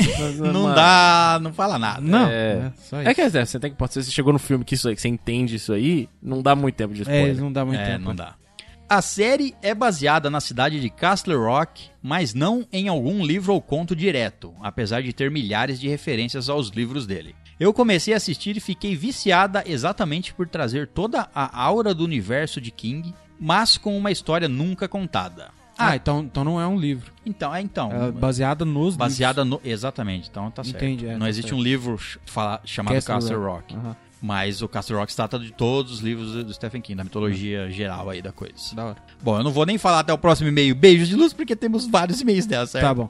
não dá, Ah, não fala nada.
Não,
É.
é só isso.
É que é, você tem que pode ser você chegou no filme que isso aí, que você entende isso aí, não dá muito tempo de
É,
spoiler.
não dá muito
é,
tempo.
não dá. A série é baseada na cidade de Castle Rock, mas não em algum livro ou conto direto, apesar de ter milhares de referências aos livros dele. Eu comecei a assistir e fiquei viciada exatamente por trazer toda a aura do universo de King, mas com uma história nunca contada.
Ah, então, então não é um livro.
Então, é então.
É baseada nos
baseada no. Exatamente, então tá certo.
Entendi, é,
não
tá
existe
certo.
um livro ch- fala- chamado
Castle
Castle Rock.
livros. Aham.
Mas o Castle Rocks trata de todos os livros do Stephen King, da mitologia geral aí da coisa. Da hora. Bom, eu não vou nem falar até o próximo e-mail Beijos de Luz, porque temos vários e-mails dela, certo?
Tá bom.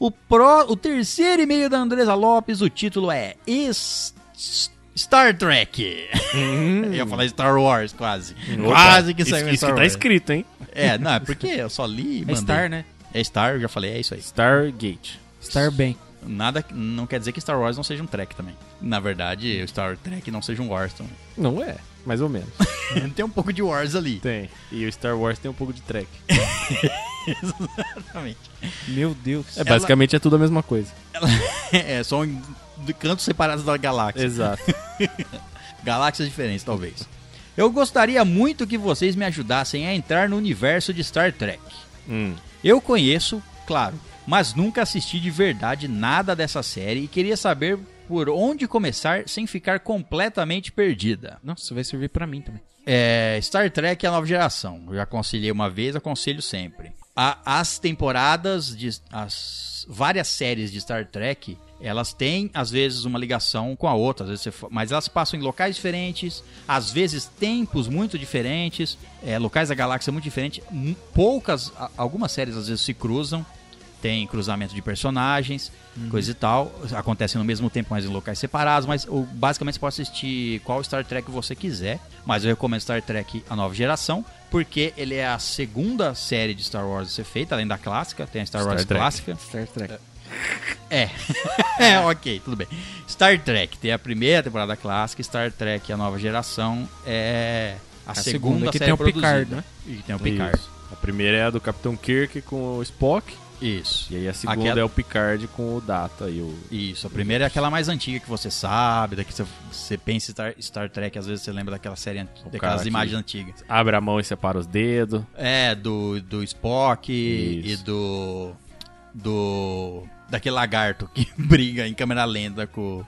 O, pró- o terceiro e-mail da Andresa Lopes, o título é Es- Star Trek. Eu ia falar Star Wars, quase. quase que
Hum. isso,
saiu
isso
Star
que tá
Wars.
escrito, hein?
É, não, é porque eu só li e
É
mandei.
Star, né?
É Star, eu já falei, é isso aí.
Stargate.
Star bem.
Nada, não quer dizer que Star Wars não seja um Trek também. Na verdade, o Star Trek não seja um Wars também.
Não é, mais ou menos.
Tem um pouco de Wars ali.
tem. E o Star Wars tem um pouco de track.
Exatamente.
Meu Deus.
É, basicamente é tudo a mesma coisa.
É, são em- de cantos separados da galáxia.
Exato.
Galáxias diferentes, talvez. Eu gostaria muito que vocês me ajudassem a entrar no universo de Star Trek.
Hum.
Eu conheço, claro, mas nunca assisti de verdade nada dessa série e queria saber por onde começar sem ficar completamente perdida.
Nossa, vai servir pra mim também.
É, Star Trek é a nova geração. Eu já aconselhei uma vez, aconselho sempre. A- as temporadas de as várias séries de Star Trek, elas têm às vezes uma ligação com a outra, às vezes você fa- mas elas passam em locais diferentes, às vezes tempos muito diferentes, é, locais da galáxia muito diferentes. Mu- Poucas, a- algumas séries às vezes se cruzam, tem cruzamento de personagens, coisa e tal. Acontecem no mesmo tempo, mas em locais separados. Mas o- basicamente você pode assistir qual Star Trek você quiser. Mas eu recomendo Star Trek A Nova Geração, porque ele é a segunda série de Star Wars a ser feita, além da clássica. Tem a Star,
Star
Wars
Trek.
clássica.
Star Trek.
É. é, ok, tudo bem. Star Trek tem a primeira temporada clássica, Star Trek A Nova Geração é a, segunda,
segunda, que
série
tem o
produzida.
Picard, né?
E que tem o Picard.
Isso. A primeira é a do Capitão Kirk com o Spock.
Isso.
E aí a segunda
Aquela-
é o Picard com o Data e o.
Isso, a primeira é aquela mais antiga que você sabe, da que você, você pensa em Star, Star Trek, às vezes você lembra daquela série, anti- daquelas
que-
imagens antigas.
Abre a mão e separa os dedos.
É, do, do Spock
Isso.
e do. do. daquele lagarto que briga em câmera lenta com.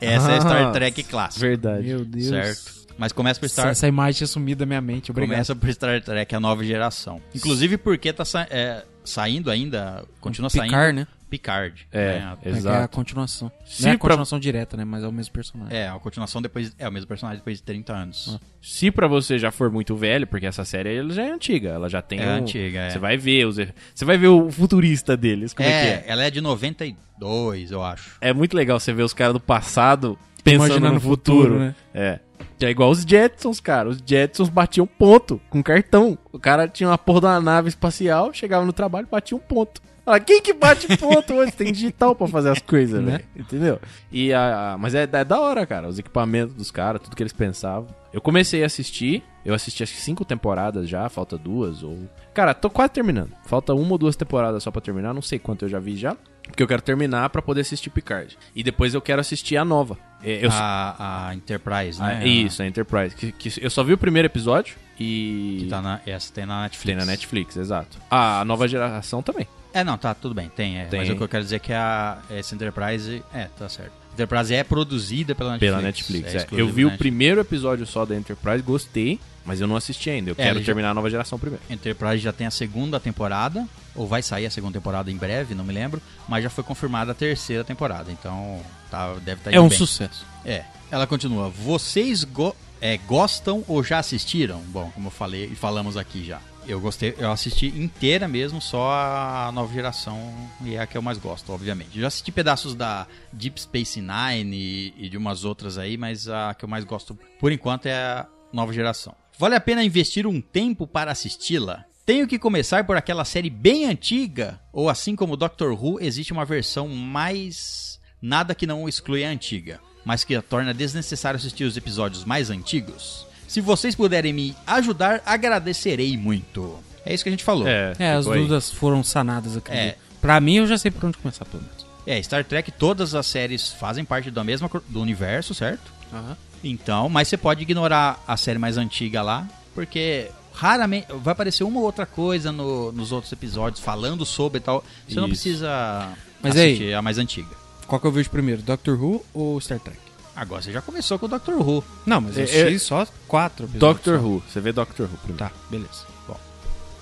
Essa é a Star
Ah,
Trek clássica.
Verdade.
Meu Deus.
Certo? Mas começa por
Essa, é
Star
essa imagem tinha sumido da minha mente, obrigado.
Começa por Star Trek, a nova geração. Inclusive porque tá sa- é, saindo ainda, continua
Picard,
saindo.
né?
Picard,
É,
né?
É que É a
exato.
continuação.
Se
Não é a
pra-
continuação direta, né? Mas é o mesmo personagem.
É, a continuação depois. É o mesmo personagem depois de 30
Ah.
anos.
Se pra você já for muito velho, porque essa série ela já é antiga, ela já tem.
É
um-
antiga, é.
Você vai ver os. Você vai ver o futurista deles, como é, que é.
ela é de 92, eu acho.
É muito legal você ver os caras do passado pensando
Imaginando
no
o futuro,
futuro.
né?
É. Que é igual os Jetsons, cara. Os Jetsons batiam ponto com cartão. O cara tinha uma porra de uma nave espacial, chegava no trabalho, batia um ponto. Ah, quem que bate ponto hoje? Tem digital pra fazer as coisas, né? Entendeu? E a, a- mas é, é da hora, cara. Os equipamentos dos caras, tudo que eles pensavam. Eu comecei a assistir. Eu assisti acho que cinco temporadas já, falta duas ou... Cara, tô quase terminando. Falta uma ou duas temporadas só pra terminar. Não sei quanto eu já vi já. Porque eu quero terminar pra poder assistir Picard. E depois eu quero assistir a nova. É, Eu,
A, a Enterprise, né?
ah, Isso, a Enterprise. Que, que eu só vi o primeiro episódio e.
Que tá na, essa tem na Netflix.
Tem na Netflix, exato. Ah, a nova geração também.
É, não, tá, tudo bem, tem. é.
Tem.
Mas o que eu quero dizer é que a, essa Enterprise. É, tá certo. Enterprise é produzida pela Netflix.
Pela Netflix, é. Eu
exclusivo
vi
da
o primeiro episódio só da Enterprise, gostei, mas eu não assisti ainda. Eu
É, ele
quero
já-
terminar a nova geração primeiro.
Enterprise já tem a segunda temporada, ou vai sair a segunda temporada em breve, não me lembro, mas já foi confirmada a terceira temporada, então tá, deve estar
É um sucesso.
É, ela continua. Vocês go- é, gostam ou já assistiram? Bom, como eu falei e falamos aqui já. Eu gostei, eu assisti inteira mesmo, só a nova geração e é a que eu mais gosto, obviamente. Eu já assisti pedaços da Deep Space Nine e, e de umas outras aí, mas a que eu mais gosto por enquanto é a nova geração. Vale a pena investir um tempo para assisti-la? Tenho que começar por aquela série bem antiga, ou assim como Doctor Who, existe uma versão mais Nada que não exclui a antiga, mas que a torna desnecessário assistir os episódios mais antigos. Se vocês puderem me ajudar, agradecerei muito. É isso que a gente falou.
É, as
ficou aí.
dúvidas foram sanadas aqui.
É.
Pra mim, eu já sei por onde começar, pelo menos.
É, Star Trek, todas as séries fazem parte da mesma cro- do universo, certo? Então, mas você pode ignorar a série mais antiga lá, porque raramente vai aparecer uma ou outra coisa no- nos outros episódios falando sobre e tal. Você não
Isso.
precisa
Mas
assistir a mais antiga.
Qual que eu vejo primeiro, Doctor Who ou Star Trek?
Agora você já começou com o Doctor Who.
Não, mas eu
É,
assisti
é-
só quatro episódios.
Doctor Who, você vê Doctor Who primeiro.
Tá, beleza.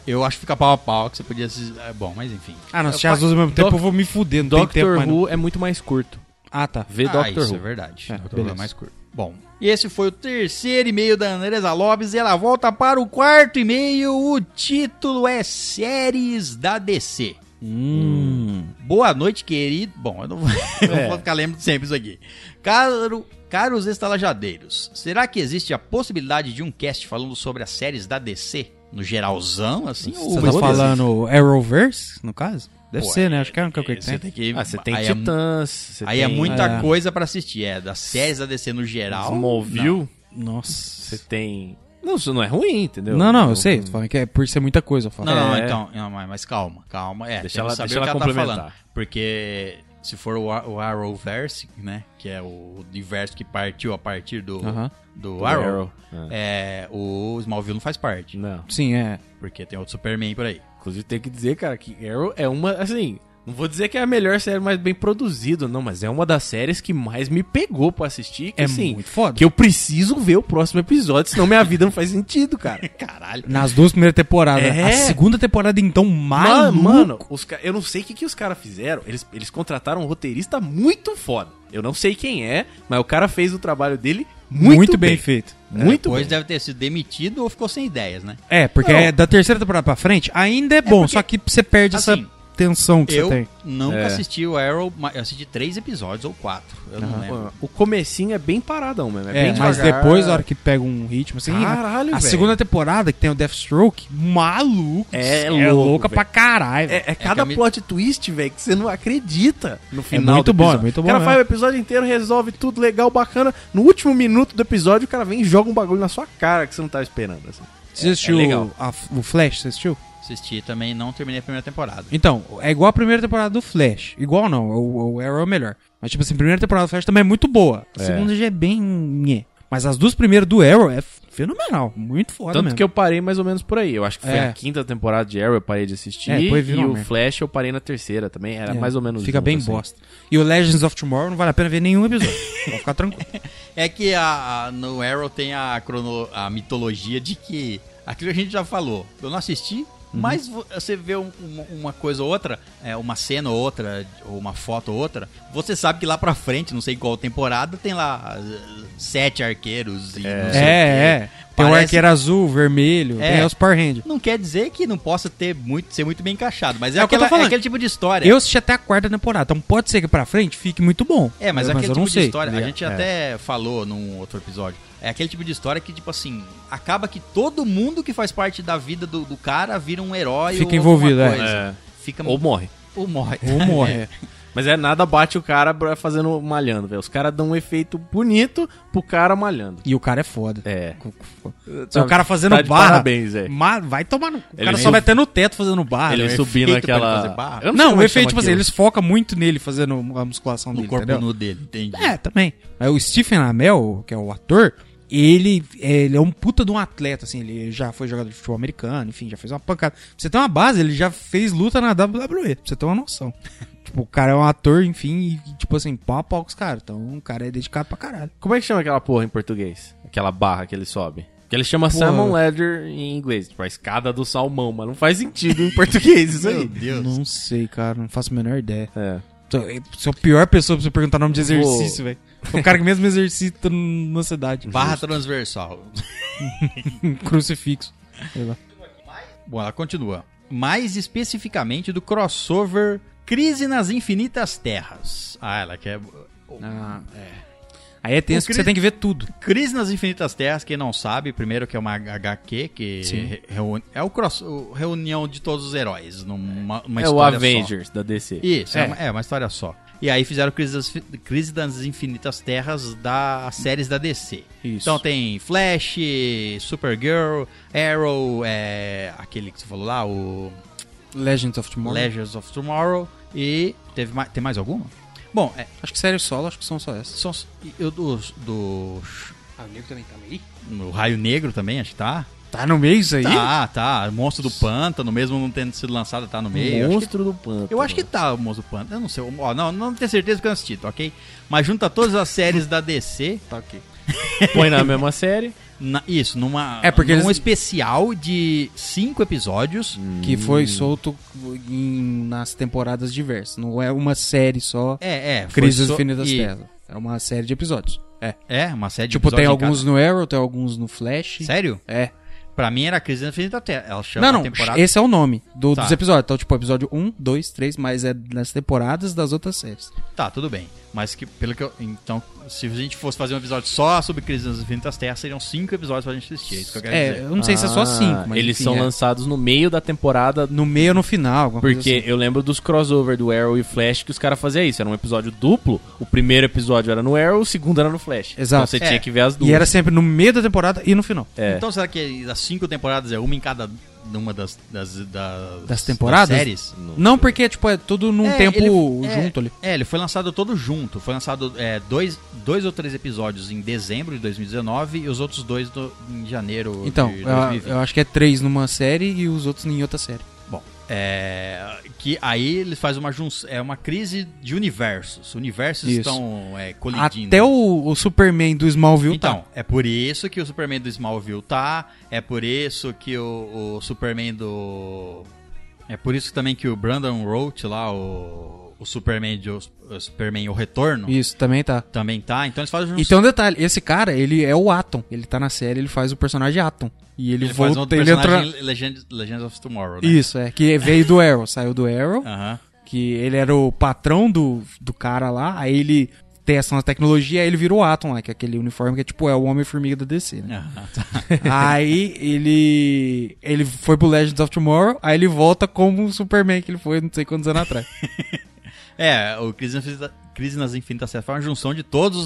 Eu acho que fica pau a pau, que você podia assistir. É, bom, mas enfim.
Ah, não, se as duas ao mesmo
Doc-
tempo, eu vou me fuder. Não tem tempo
Doctor
mais não.
Who é muito mais curto.
Ah, tá.
Vê
ah,
Doctor
isso
Who.
é verdade.
É,
Doctor Who é
beleza.
mais curto. Bom, e esse foi o terceiro e-mail da Andresa Lopes e ela volta para o quarto e-mail. O título é Séries da DC.
Hum.
Boa noite, querido. Bom, eu não vou, eu não
É.
vou ficar lembrando sempre isso aqui. Caro, caros estalajadeiros, será que existe a possibilidade de um cast falando sobre as séries da DC? No geralzão, assim? ou
Você tá
específico?
falando Arrowverse, no caso? Deve
Pô,
ser, né? Acho que é um que eu
Você tem que...
Ah, você tem
aí é-
Titãs. você
aí é
tem ah,
muita
É.
coisa pra assistir. É, das séries da DC no geral.
Smallville.
Nossa.
Você tem. Não, isso não é ruim, entendeu?
Não, não, eu sei. Tô falando que é por ser muita coisa. Eu falo.
Não, não,
É.
então, não, mas, mas calma, calma. É,
Deixa
tem que
ela-
saber
deixa
o que
ela
ela tá
complementar.
falando. Porque se for o, Ar- o Arrowverse, né? Que é o universo que partiu a partir do,
Aham.
do,
Do
Arrow,
Arrow, Né.
É, o Smallville não faz parte.
Não.
Sim, é.
Porque tem outro Superman por aí.
Inclusive, tem que dizer, cara, que Arrow é uma. Assim, não vou dizer que é a melhor série mais bem produzida, não, mas é uma das séries que mais me pegou pra assistir. Que,
É
assim,
muito foda.
Que eu preciso ver o próximo episódio, senão minha vida não faz sentido, cara.
Caralho.
Nas duas primeiras temporadas. né?
É.
A segunda temporada, então,
Mano,
maluco.
mano os ca- eu não sei o que, que os caras fizeram. Eles, eles contrataram um roteirista muito foda. Eu não sei quem é, mas o cara fez o trabalho dele muito, bem.
feito.
Muito
Depois
bem.
deve ter sido demitido ou ficou sem ideias, né?
É, porque
Não.
é da terceira temporada pra frente ainda é bom,
porque-
só que você perde
Assim,
essa tensão que
eu
você tem.
nunca
É.
assisti o Arrow, mas eu assisti três episódios ou quatro. Eu não lembro.
Pô, O comecinho é bem paradão mesmo. É,
É,
bem
mas
devagar.
depois, a hora que pega um ritmo, assim.
Caralho,
a
velho.
segunda temporada, que tem o Deathstroke, maluco.
É
é
louco,
louca
velho.
pra caralho. velho.
É, é cada
cami-
plot twist, velho, que você não acredita no final.
muito
do
bom,
episódio.
é muito
O cara
bom
faz o episódio inteiro, resolve tudo legal, bacana. No último minuto do episódio, o cara vem e joga um bagulho na sua cara que você não tava esperando. Assim.
Você assistiu
legal.
a- o Flash? Você assistiu?
Assisti também, não terminei a primeira temporada.
Então, é igual a primeira temporada do Flash. Igual não, o, o Arrow é melhor. Mas, tipo assim, a primeira temporada do Flash também é muito boa. A
É.
segunda já é bem. nhé. Mas as duas primeiras do Arrow é fenomenal. Muito foda
Tanto
mesmo.
que eu parei mais ou menos por aí. Eu acho que foi
É.
a quinta temporada de Arrow, eu parei de assistir.
É, depois
e
virou
o
merda.
Flash eu parei na terceira também. Era
É,
mais ou menos.
Fica
junto,
bem
assim.
bosta. E o Legends of Tomorrow não vale a pena ver nenhum episódio. Pode ficar tranquilo.
É que a, a- no Arrow tem a, crono, a mitologia de que aquilo a gente já falou. Eu não assisti, mas vo- você vê um- uma, uma coisa ou outra, é, uma cena ou outra, ou uma foto ou outra, você sabe que lá pra frente, não sei qual temporada, tem lá eh, sete arqueiros e não sei o quê.
É, é. Tem o
Parece-
arqueiro azul, vermelho,
É.
tem os Power Rangers.
Não quer dizer que não possa ter muito, ser muito bem encaixado, mas é,
É o que eu tô
aquela, é
falando.
aquele tipo de história.
Eu assisti até a quarta temporada, então pode ser que pra frente fique muito bom.
É, mas, aquele
eu
tipo
não
de
sei.
história, a gente
É.
até falou num outro episódio. É aquele tipo de história que, tipo assim, acaba que todo mundo que faz parte da vida do, do cara vira um herói.
Fica
ou alguma
envolvido, é.
coisa.
É.
Fica
Ou morre.
ou morre.
Ou morre.
Mas é nada bate o cara pra- fazendo malhando, velho. Os caras dão um efeito bonito pro cara malhando.
E o cara é foda.
É.
o um cara fazendo
Tá de
barra.
Parabéns, velho.
Mas vai tomar no. O
Ele
cara só
sub-
vai até no teto fazendo barra.
ele
né?
subindo
efeito pra ele
aquela.
fazer barra?
Eu sei
Não, o
como é que chama
efeito, tipo assim,
aquilo.
eles focam muito nele fazendo a musculação
No
dele.
corpo
entendeu?
nu dele, entendi.
É, também. Mas o Stephen Amell, que é o ator, ele, ele é um puta de um atleta, assim, ele já foi jogador de futebol americano, enfim, já fez uma pancada. Pra você ter uma base, ele já fez luta na WWE, pra você ter uma noção. tipo, o cara é um ator, enfim, e, tipo assim, pau a pau com os caras. Então o cara é dedicado pra caralho.
Como é que chama aquela porra em português? Aquela barra que ele sobe. Que ele chama Salmon Ladder em inglês, tipo a escada do salmão, mas não faz sentido em português isso
Meu
aí.
Deus.
Não sei, cara, não faço a menor ideia.
É.
Então, eu Sou a pior pessoa pra você perguntar nome de
Vou-
exercício, velho. O cara que mesmo exercita na cidade. Um
Barra transversal.
Crucifixo. Sei lá.
Bom, ela continua. Mais especificamente do crossover Crise nas Infinitas Terras. Ah, ela quer.
Ah, é. Aí é
O
tenso que
Cris-
você tem que ver tudo.
Crise nas Infinitas Terras, quem não sabe, primeiro que é uma HQ que
Sim.
re- reúne, é o cross, o- reunião de todos os heróis numa uma
é o
história só.
Avengers da DC.
Isso, é.
É.
uma, é uma história só. E aí fizeram Crise das, Fi- Crise das Infinitas Terras das séries da DC.
Isso.
Então tem Flash, Supergirl, Arrow, é, aquele que você falou lá, o
Legends of Tomorrow.
Legends of Tomorrow e teve mais, tem mais alguma? Bom, é,
Acho que série solo, acho que são só essas.
são, eu, do, do,
Ah, o Negro também tá meio?
no Raio Negro também, acho que tá.
Tá no meio isso aí?
Tá, tá. Monstro do Pântano, mesmo não tendo sido lançado, tá no meio. Eu acho que-
do pântano.
Eu acho que tá o Monstro do Pântano. Eu não sei. Ó, não, não tenho certeza porque eu não assisti, tá ok? Mas junta todas as séries da DC.
Tá ok.
põe na mesma série.
na- isso, numa.
É, porque
num
eles- Hum.
especial de cinco episódios.
Que foi solto em- nas temporadas diversas. Não é uma série só,
É, é. foi
Crise das
só-
Infinitas
e-
Terras. É uma série de episódios.
É, uma série de
Tipo, tem
episódios em
alguns no Arrow, tem alguns no Flash.
cada- Sério?
É.
Pra mim era Crise na Infinita Terra. Ela chama
Não, não,
a temporada.
esse é o nome do-
Tá.
dos episódios. Então, tipo, episódio 1, 2, 3, mas é nas temporadas das outras séries.
Tá, tudo bem. Mas que, pelo que eu. Então, se a gente fosse fazer um episódio só sobre Crise nas Infinitas Terras, seriam cinco episódios pra gente assistir. É isso que eu quero
É,
dizer.
eu não sei se é só
Ah,
5, mas
Eles
enfim,
são
é.
lançados no meio da temporada
no meio ou no final, alguma coisa assim.
Porque eu lembro dos crossover do Arrow e Flash que os caras faziam isso. Era um episódio duplo. O primeiro episódio era no Arrow, o segundo era no Flash.
Exato.
Então você
É.
tinha que ver as
assim.
duas.
E era sempre no meio da temporada e no final.
É.
Então, será que as cinco temporadas é uma em cada uma das. Das, das,
Das temporadas?
séries?
Não, porque, tipo, é tudo num
É,
tempo
ele- é,
junto ali.
É, ele foi lançado todo junto. Foi lançado é, dois, dois ou três episódios em dezembro de 2019 e os outros dois do- em janeiro
Então,
de
eu,
2020.
eu acho que é três numa série e os outros em outra série.
Bom, é, que aí ele faz uma junção, é uma crise de universos. Universos
Isso.
estão é, colidindo.
Até o, o Superman do Smallville
Então,
tá.
é por isso que o Superman do Smallville tá, é por isso que o, o Superman do... É por isso também que o Brandon Roach lá, o, o Superman de, o Superman O Retorno,
Isso, também tá.
também tá. Então eles fazem
E tem um detalhe, esse cara, ele é o Atom. Ele tá na série, ele faz o personagem Atom. E ele,
Ele faz um
volta,
outro
ele entra...
personagem em Legend, Legends of Tomorrow, né? Ah.
Isso, é, que veio do Arrow, saiu do Arrow,
Aham.
que ele era o patrão do, do cara lá, aí ele testa uma tecnologia, aí ele virou o Atom lá, que é aquele uniforme que é tipo, é o Homem-Formiga da DC, né?
Aham, tá.
aí ele ele foi pro Legends of Tomorrow, aí ele volta como o Superman que ele foi não sei quantos anos atrás.
É, o Crise nas Infinitas- Crise nas Infinitas Terras foi uma junção de todas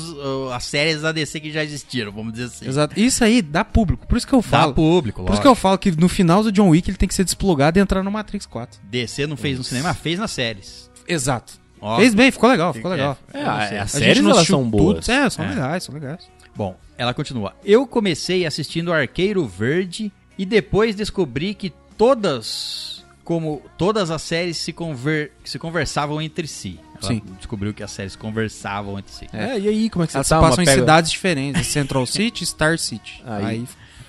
as séries da DC que já existiram, vamos dizer assim.
Exato. Isso aí dá público, por isso que eu
Dá
falo.
público,
Por
lógico.
isso que eu falo que no final do John Wick ele tem que ser desplugado e entrar no Matrix 4.
DC não fez no cinema, fez nas séries.
Exato.
Ó,
Fez bem, ficou legal, ficou
É,
legal.
É,
eu não sei.
a- as
A gente
séries
não
elas
assistiu
são
tudo.
boas.
É, são
É.
legais, são legais.
Bom, ela continua. Eu comecei assistindo Arqueiro Verde e depois descobri que todas, como todas as séries se, conver, se conversavam entre si. Ela
Sim.
descobriu que as séries conversavam entre si.
É, e aí, como é que você
Elas
tá?
se
Uma
passam em
pega-
cidades diferentes. Central City, Star City.
Aí.
Aí.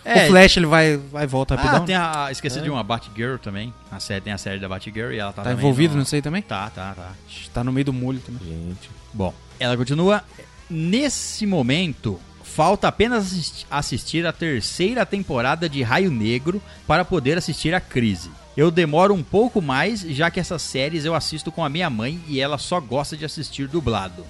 É.
O Flash ele vai, vai e volta
Ah,
rapidão. É.
tem a, esqueci de uma Batgirl também. A série, tem a série da Batgirl e ela tá
Tá
também
envolvido
no-
nisso aí também?
Tá, tá, tá.
Tá no meio do molho também.
Gente.
Bom, ela continua. Nesse momento, falta apenas assisti- assistir a terceira temporada de Raio Negro para poder assistir a crise. Eu demoro um pouco mais, já que essas séries eu assisto com a minha mãe e ela só gosta de assistir dublado.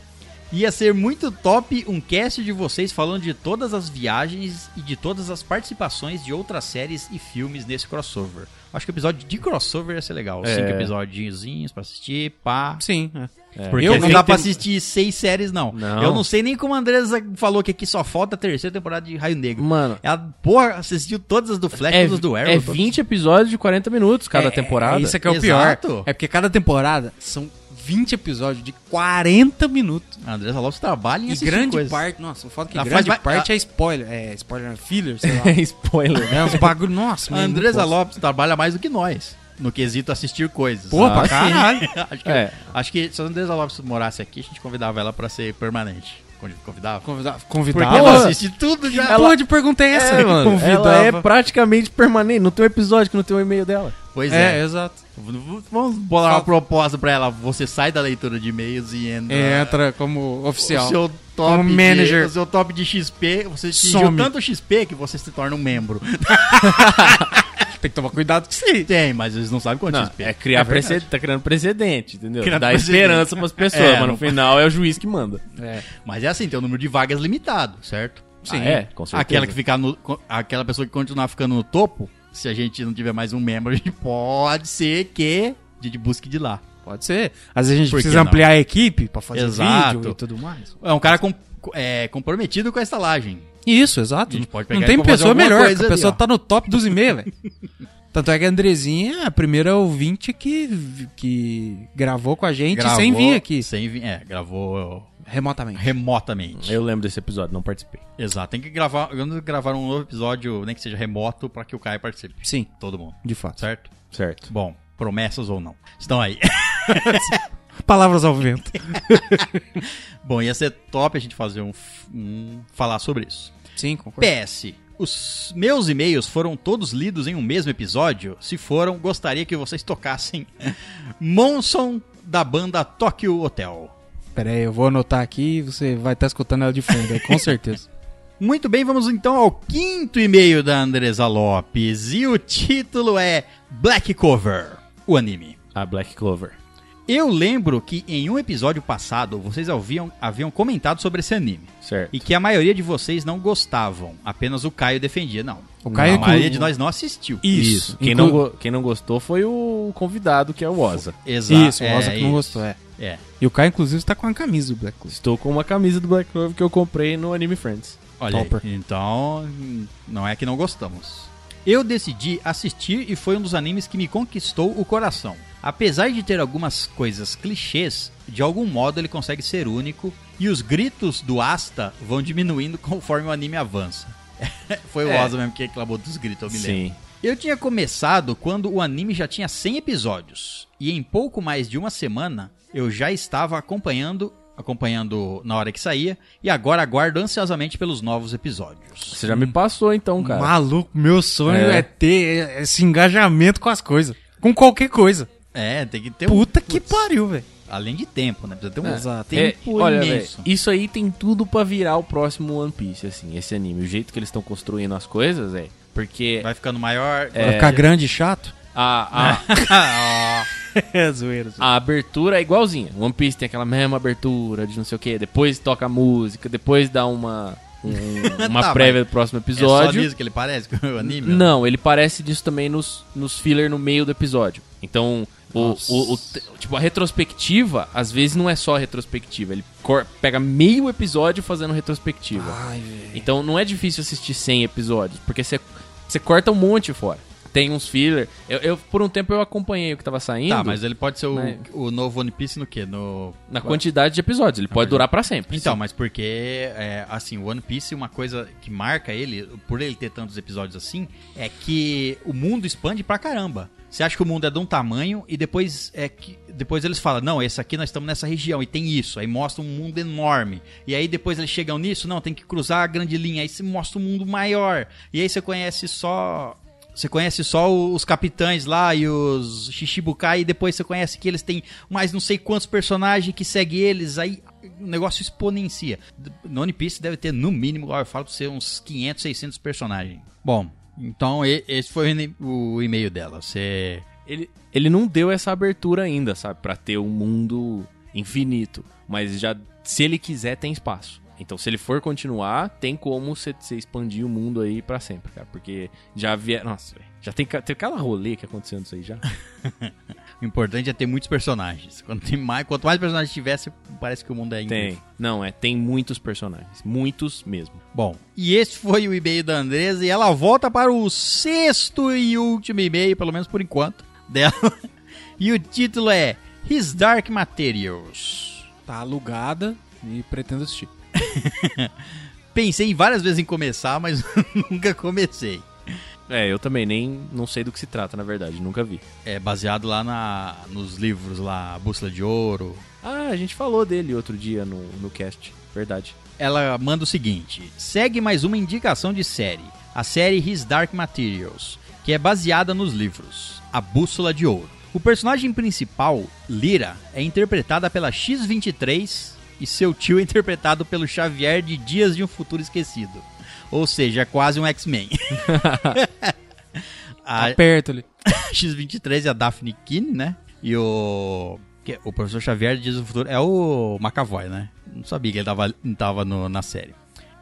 Ia ser muito top um cast de vocês falando de todas as viagens e de todas as participações de outras séries e filmes nesse crossover. Acho que o episódio de crossover ia ser legal.
É.
Cinco episodiozinhos pra assistir, pá.
Sim, é.
É.
Porque
Eu
não
vi
dá
que
pra
tem-
assistir seis séries, não.
Não.
Eu não sei nem como a Andresa falou que aqui só falta a terceira temporada de Raio Negro.
Mano,
Ela, porra, assistiu todas as do Flash,
é,
todas as do Arrow.
é
todas-
20 episódios de 40 minutos cada
É,
temporada.
É, isso é que é o
Exato.
pior. É porque cada temporada são 20 episódios de 40 minutos.
A Andressa Lopes trabalha em
E
assistir
grande
coisas.
parte. Nossa, eu falo que
Ela
grande
faz ba-
parte é spoiler. É, spoiler, não, filler, sei lá.
Spoiler.
é, uns bagulho. Nossa,
A
mano,
Andresa
não posso.
Lopes trabalha mais do que nós. No quesito assistir coisas.
Pô, pra
Ah,
caralho.
acho, que,
É.
acho que se a Andresa Lopes morasse aqui, a gente convidava ela pra ser permanente. Con- Convidava?
Convidar.
Porque
Convidar.
ela
ela-
assiste tudo já.
Ela... Porra de pergunta é essa,
É,
mano?
mano. Ela é praticamente permanente. Não tem um episódio que não tem um e-mail dela.
Pois
É,
é.
exato.
V- v- Vamos bolar uma
Fala.
proposta pra ela. Você sai da leitura de e-mails e entra...
É, Entra como
Assim,
oficial.
O seu top,
Como
De,
manager.
o seu top de XP, você atingiu
Some.
tanto XP que você se torna um membro.
Tem que tomar cuidado com isso aí.
Tem, mas eles não sabem quanto
Não,
XP.
é criar
verdade.
precedente, tá criando precedente, entendeu?
Criando
Dá
precedente.
esperança pras pessoas,
É,
mas
não-
no final é o juiz que manda.
É.
Mas é assim, tem um número de vagas limitado, certo?
Sim.
Ah, é, com certeza.
Aquela que ficar no. co- Aquela pessoa que continuar ficando no topo, se a gente não tiver mais um membro, a gente pode ser que a gente busque de lá.
Pode ser. Às vezes a gente
Por que
precisa
não?
ampliar a equipe pra fazer
Exato.
vídeo e tudo mais.
É um cara com- é, comprometido com a estalagem.
Isso, exato.
A gente pode pegar
Não
ele
tem
pra fazer
pessoa
alguma
melhor,
coisa
que a
ali,
pessoa
ó.
tá no top dos e-mails, velho. Tanto é que a Andrezinha é a primeira ouvinte que, que gravou com a gente sem vir aqui,
Sem vir, é, gravou
remotamente.
remotamente.
Eu lembro desse episódio, não participei.
Exato, tem que gravar, vamos gravar um novo episódio, nem que seja remoto, pra que o Caio participe.
Sim,
Todo mundo,
de fato.
certo?
Certo.
Bom, promessas ou não. Estão aí.
Palavras ao vento.
Bom, ia ser top a gente fazer um, f- um falar sobre isso.
Sim, concordo.
PS. Os meus e-mails foram todos lidos em um mesmo episódio? Se foram, gostaria que vocês tocassem Monson da banda Tokyo Hotel.
Pera aí, eu vou anotar aqui e você vai estar escutando ela de fundo, aí, com certeza.
Muito bem, vamos então ao quinto e-mail da Andresa Lopes. E o título é Black Cover, o anime.
A Black Clover.
Eu lembro que em um episódio passado vocês haviam, haviam comentado sobre esse anime.
Certo.
E que a maioria de vocês não gostavam. Apenas o Caio defendia. Não.
O Caio
a maioria
inclu-
de nós não assistiu.
Isso.
Quem,
Inclu-
não, go- quem não gostou foi o convidado, que é o Oza.
Exato.
isso, o Rosa que não gostou, é.
É.
E o Caio, inclusive, tá com a camisa do Black List.
Estou com uma camisa do Black Clover que eu comprei no Anime Friends.
Olha, aí,
Topper.
então não é que não gostamos. Eu decidi assistir e foi um dos animes que me conquistou o coração. Apesar de ter algumas coisas clichês, de algum modo ele consegue ser único e os gritos do Asta vão diminuindo conforme o anime avança. foi o
É.
Asa mesmo que reclamou dos gritos, eu me lembro. Eu tinha começado quando o anime já tinha 100 episódios e em pouco mais de uma semana eu já estava acompanhando, acompanhando na hora que saía e agora aguardo ansiosamente pelos novos episódios.
Você já me passou então, cara.
Maluco, meu sonho
É.
é. ter esse engajamento com as coisas. Com qualquer coisa.
É, tem que ter um,
Puta que pariu, velho.
além de tempo, né? Precisa ter um
Exato.
É,
tempo
olha, velho,
imenso.
isso aí tem tudo pra virar o próximo One Piece, assim, esse anime. O jeito que eles estão construindo as coisas, é. Porque
Vai ficando
É,
maior. é
Vai ficar grande e chato?
a, a,
Ah,
É, zoeira. zoeira.
a abertura é igualzinha. One Piece tem aquela mesma abertura de não sei o que, depois toca a música, depois dá uma, um- uma
Tá,
prévia do próximo
é só
episódio.
nisso que ele parece com o anime? Tá,
Não, ele parece disso também nos, nos filler no meio do episódio. Então, o,
Nossa.
o- o te- tipo, a retrospectiva, às vezes não é só a retrospectiva. Ele cor- pega meio episódio fazendo retrospectiva.
Ai, velho.
Então não é difícil assistir 100 episódios, porque você você corta um monte fora. Tem uns filler. Eu, eu, por um tempo eu acompanhei o que tava saindo
Tá, mas ele pode ser o,
Né?
o novo One Piece no quê? No
na quantidade de episódios. Ele pode durar pra sempre.
Então, mas porque, é, assim, o One Piece, uma coisa que marca ele, por ele ter tantos episódios assim, é que o mundo expande pra caramba. Você acha que o mundo é de um tamanho e depois é que depois eles falam, não, esse aqui nós estamos nessa região e tem isso. Aí mostra um mundo enorme. E aí depois eles chegam nisso, não, tem que cruzar a grande linha. Aí se mostra um mundo maior. E aí você conhece só você conhece só o- os capitães lá e os Shichibukai, e depois você conhece que eles têm mais não sei quantos personagens que seguem eles, aí o negócio exponencia. D- No One Piece deve ter, no mínimo, ó, eu falo pra você, uns 500, 600 personagens. Bom, então e- esse foi o ene- o e-mail dela. Você.
Ele, ele não deu essa abertura ainda, sabe? Pra ter um mundo infinito. Mas já, se ele quiser, tem espaço. Então, se ele for continuar, tem como você você expandir o mundo aí pra sempre, cara. Porque já vier. Nossa, velho. Já tem, ca- tem cada rolê que aconteceu nisso aí já.
O importante é ter muitos personagens. Quando tem mais, quanto mais personagens tivesse, parece que o mundo é incrível.
Tem. Não, é, tem muitos personagens. Muitos mesmo.
Bom, e esse foi o e-mail da Andresa e ela volta para o sexto e último e-mail, pelo menos por enquanto, dela. E o título é His Dark Materials.
Tá alugada e pretendo assistir.
Pensei várias vezes em começar, mas nunca comecei.
É, eu também nem não sei do que se trata, na verdade, nunca vi.
É baseado lá na, nos livros lá, Bússola de Ouro.
Ah, a gente falou dele outro dia no, no cast, verdade.
Ela manda o seguinte: segue mais uma indicação de série, a série His Dark Materials, que é baseada nos livros A Bússola de Ouro. O personagem principal, Lyra, é interpretada pela X23 e seu tio é interpretado pelo Xavier de Dias de um Futuro Esquecido. Ou seja, é quase um X-Men. A-
Aperto ali.
X23 é a Daphne Keane, né? E o. que- o professor Xavier diz o futuro. É o McAvoy, né? Não sabia que ele tava, tava no- na série.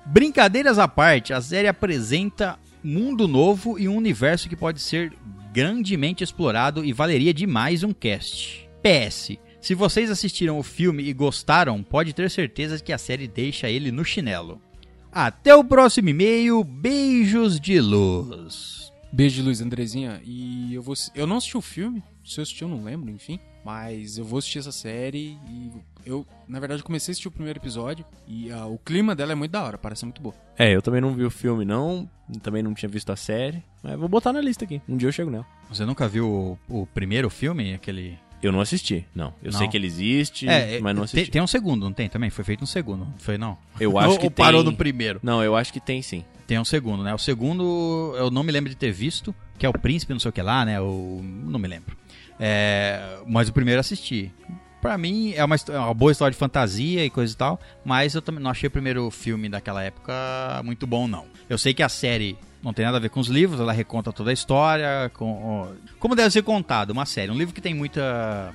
Brincadeiras à parte, a série apresenta mundo novo e um universo que pode ser grandemente explorado e valeria demais um cast. PS. Se vocês assistiram o filme e gostaram, pode ter certeza que a série deixa ele no chinelo. Até o próximo e-mail, beijos de luz.
Beijo de Luiz Andrezinha. E eu vou. assi- Eu não assisti o filme. Se eu assisti, eu não lembro, enfim. Mas eu vou assistir essa série e eu, na verdade, comecei a assistir o primeiro episódio e ah, o clima dela é muito da hora, parece muito boa.
É, eu também não vi o filme, não. Também não tinha visto a série. Mas vou botar na lista aqui. Um dia eu chego nela.
Você nunca viu o, o primeiro filme? Aquele.
Eu não assisti, não. Eu
Não.
sei que ele existe, mas não
tem-
assisti.
tem um segundo, não tem também? Foi feito um segundo, não foi não?
Eu acho
Ou-
que
ou parou
tem.
no primeiro.
Não, eu acho que tem sim.
Tem um segundo, né? O segundo eu não me lembro de ter visto, que é o príncipe, não sei o que lá, né? O, não me lembro. É, mas o primeiro eu assisti. Pra mim, é uma, histó- é uma boa história de fantasia e coisa e tal, mas eu também não achei o primeiro filme daquela época muito bom, não. Eu sei que a série não tem nada a ver com os livros, ela reconta toda a história, com, ó, como deve ser contado uma série. Um livro que tem muita...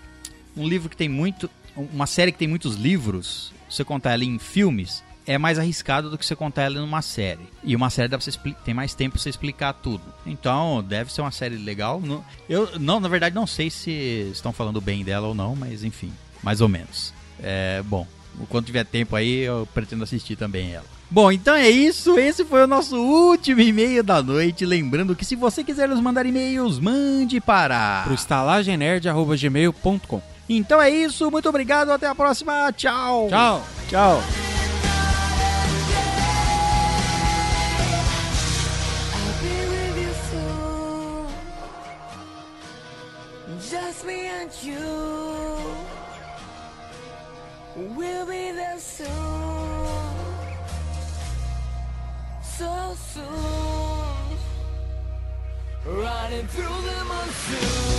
Um livro que tem muito... Uma série que tem muitos livros, você contar ela em filmes, é mais arriscado do que você contar ela numa série. E uma série dá pra você expli- tem mais tempo pra você explicar tudo. Então, deve ser uma série legal. Não- Eu, não, na verdade, não sei se estão falando bem dela ou não, mas enfim, mais ou menos. É, bom, quando tiver tempo aí, eu pretendo assistir também ela. Bom, então é isso. Esse foi o nosso último e-mail da noite. Lembrando que se você quiser nos mandar e-mails, mande para.
Pro estalagenerd.gmail.com.
Então é isso. Muito obrigado. Até a próxima. Tchau.
Tchau!
Tchau.
I'll be with you soon. Just me and you. We'll be there soon. So soon. Running through the monsoon.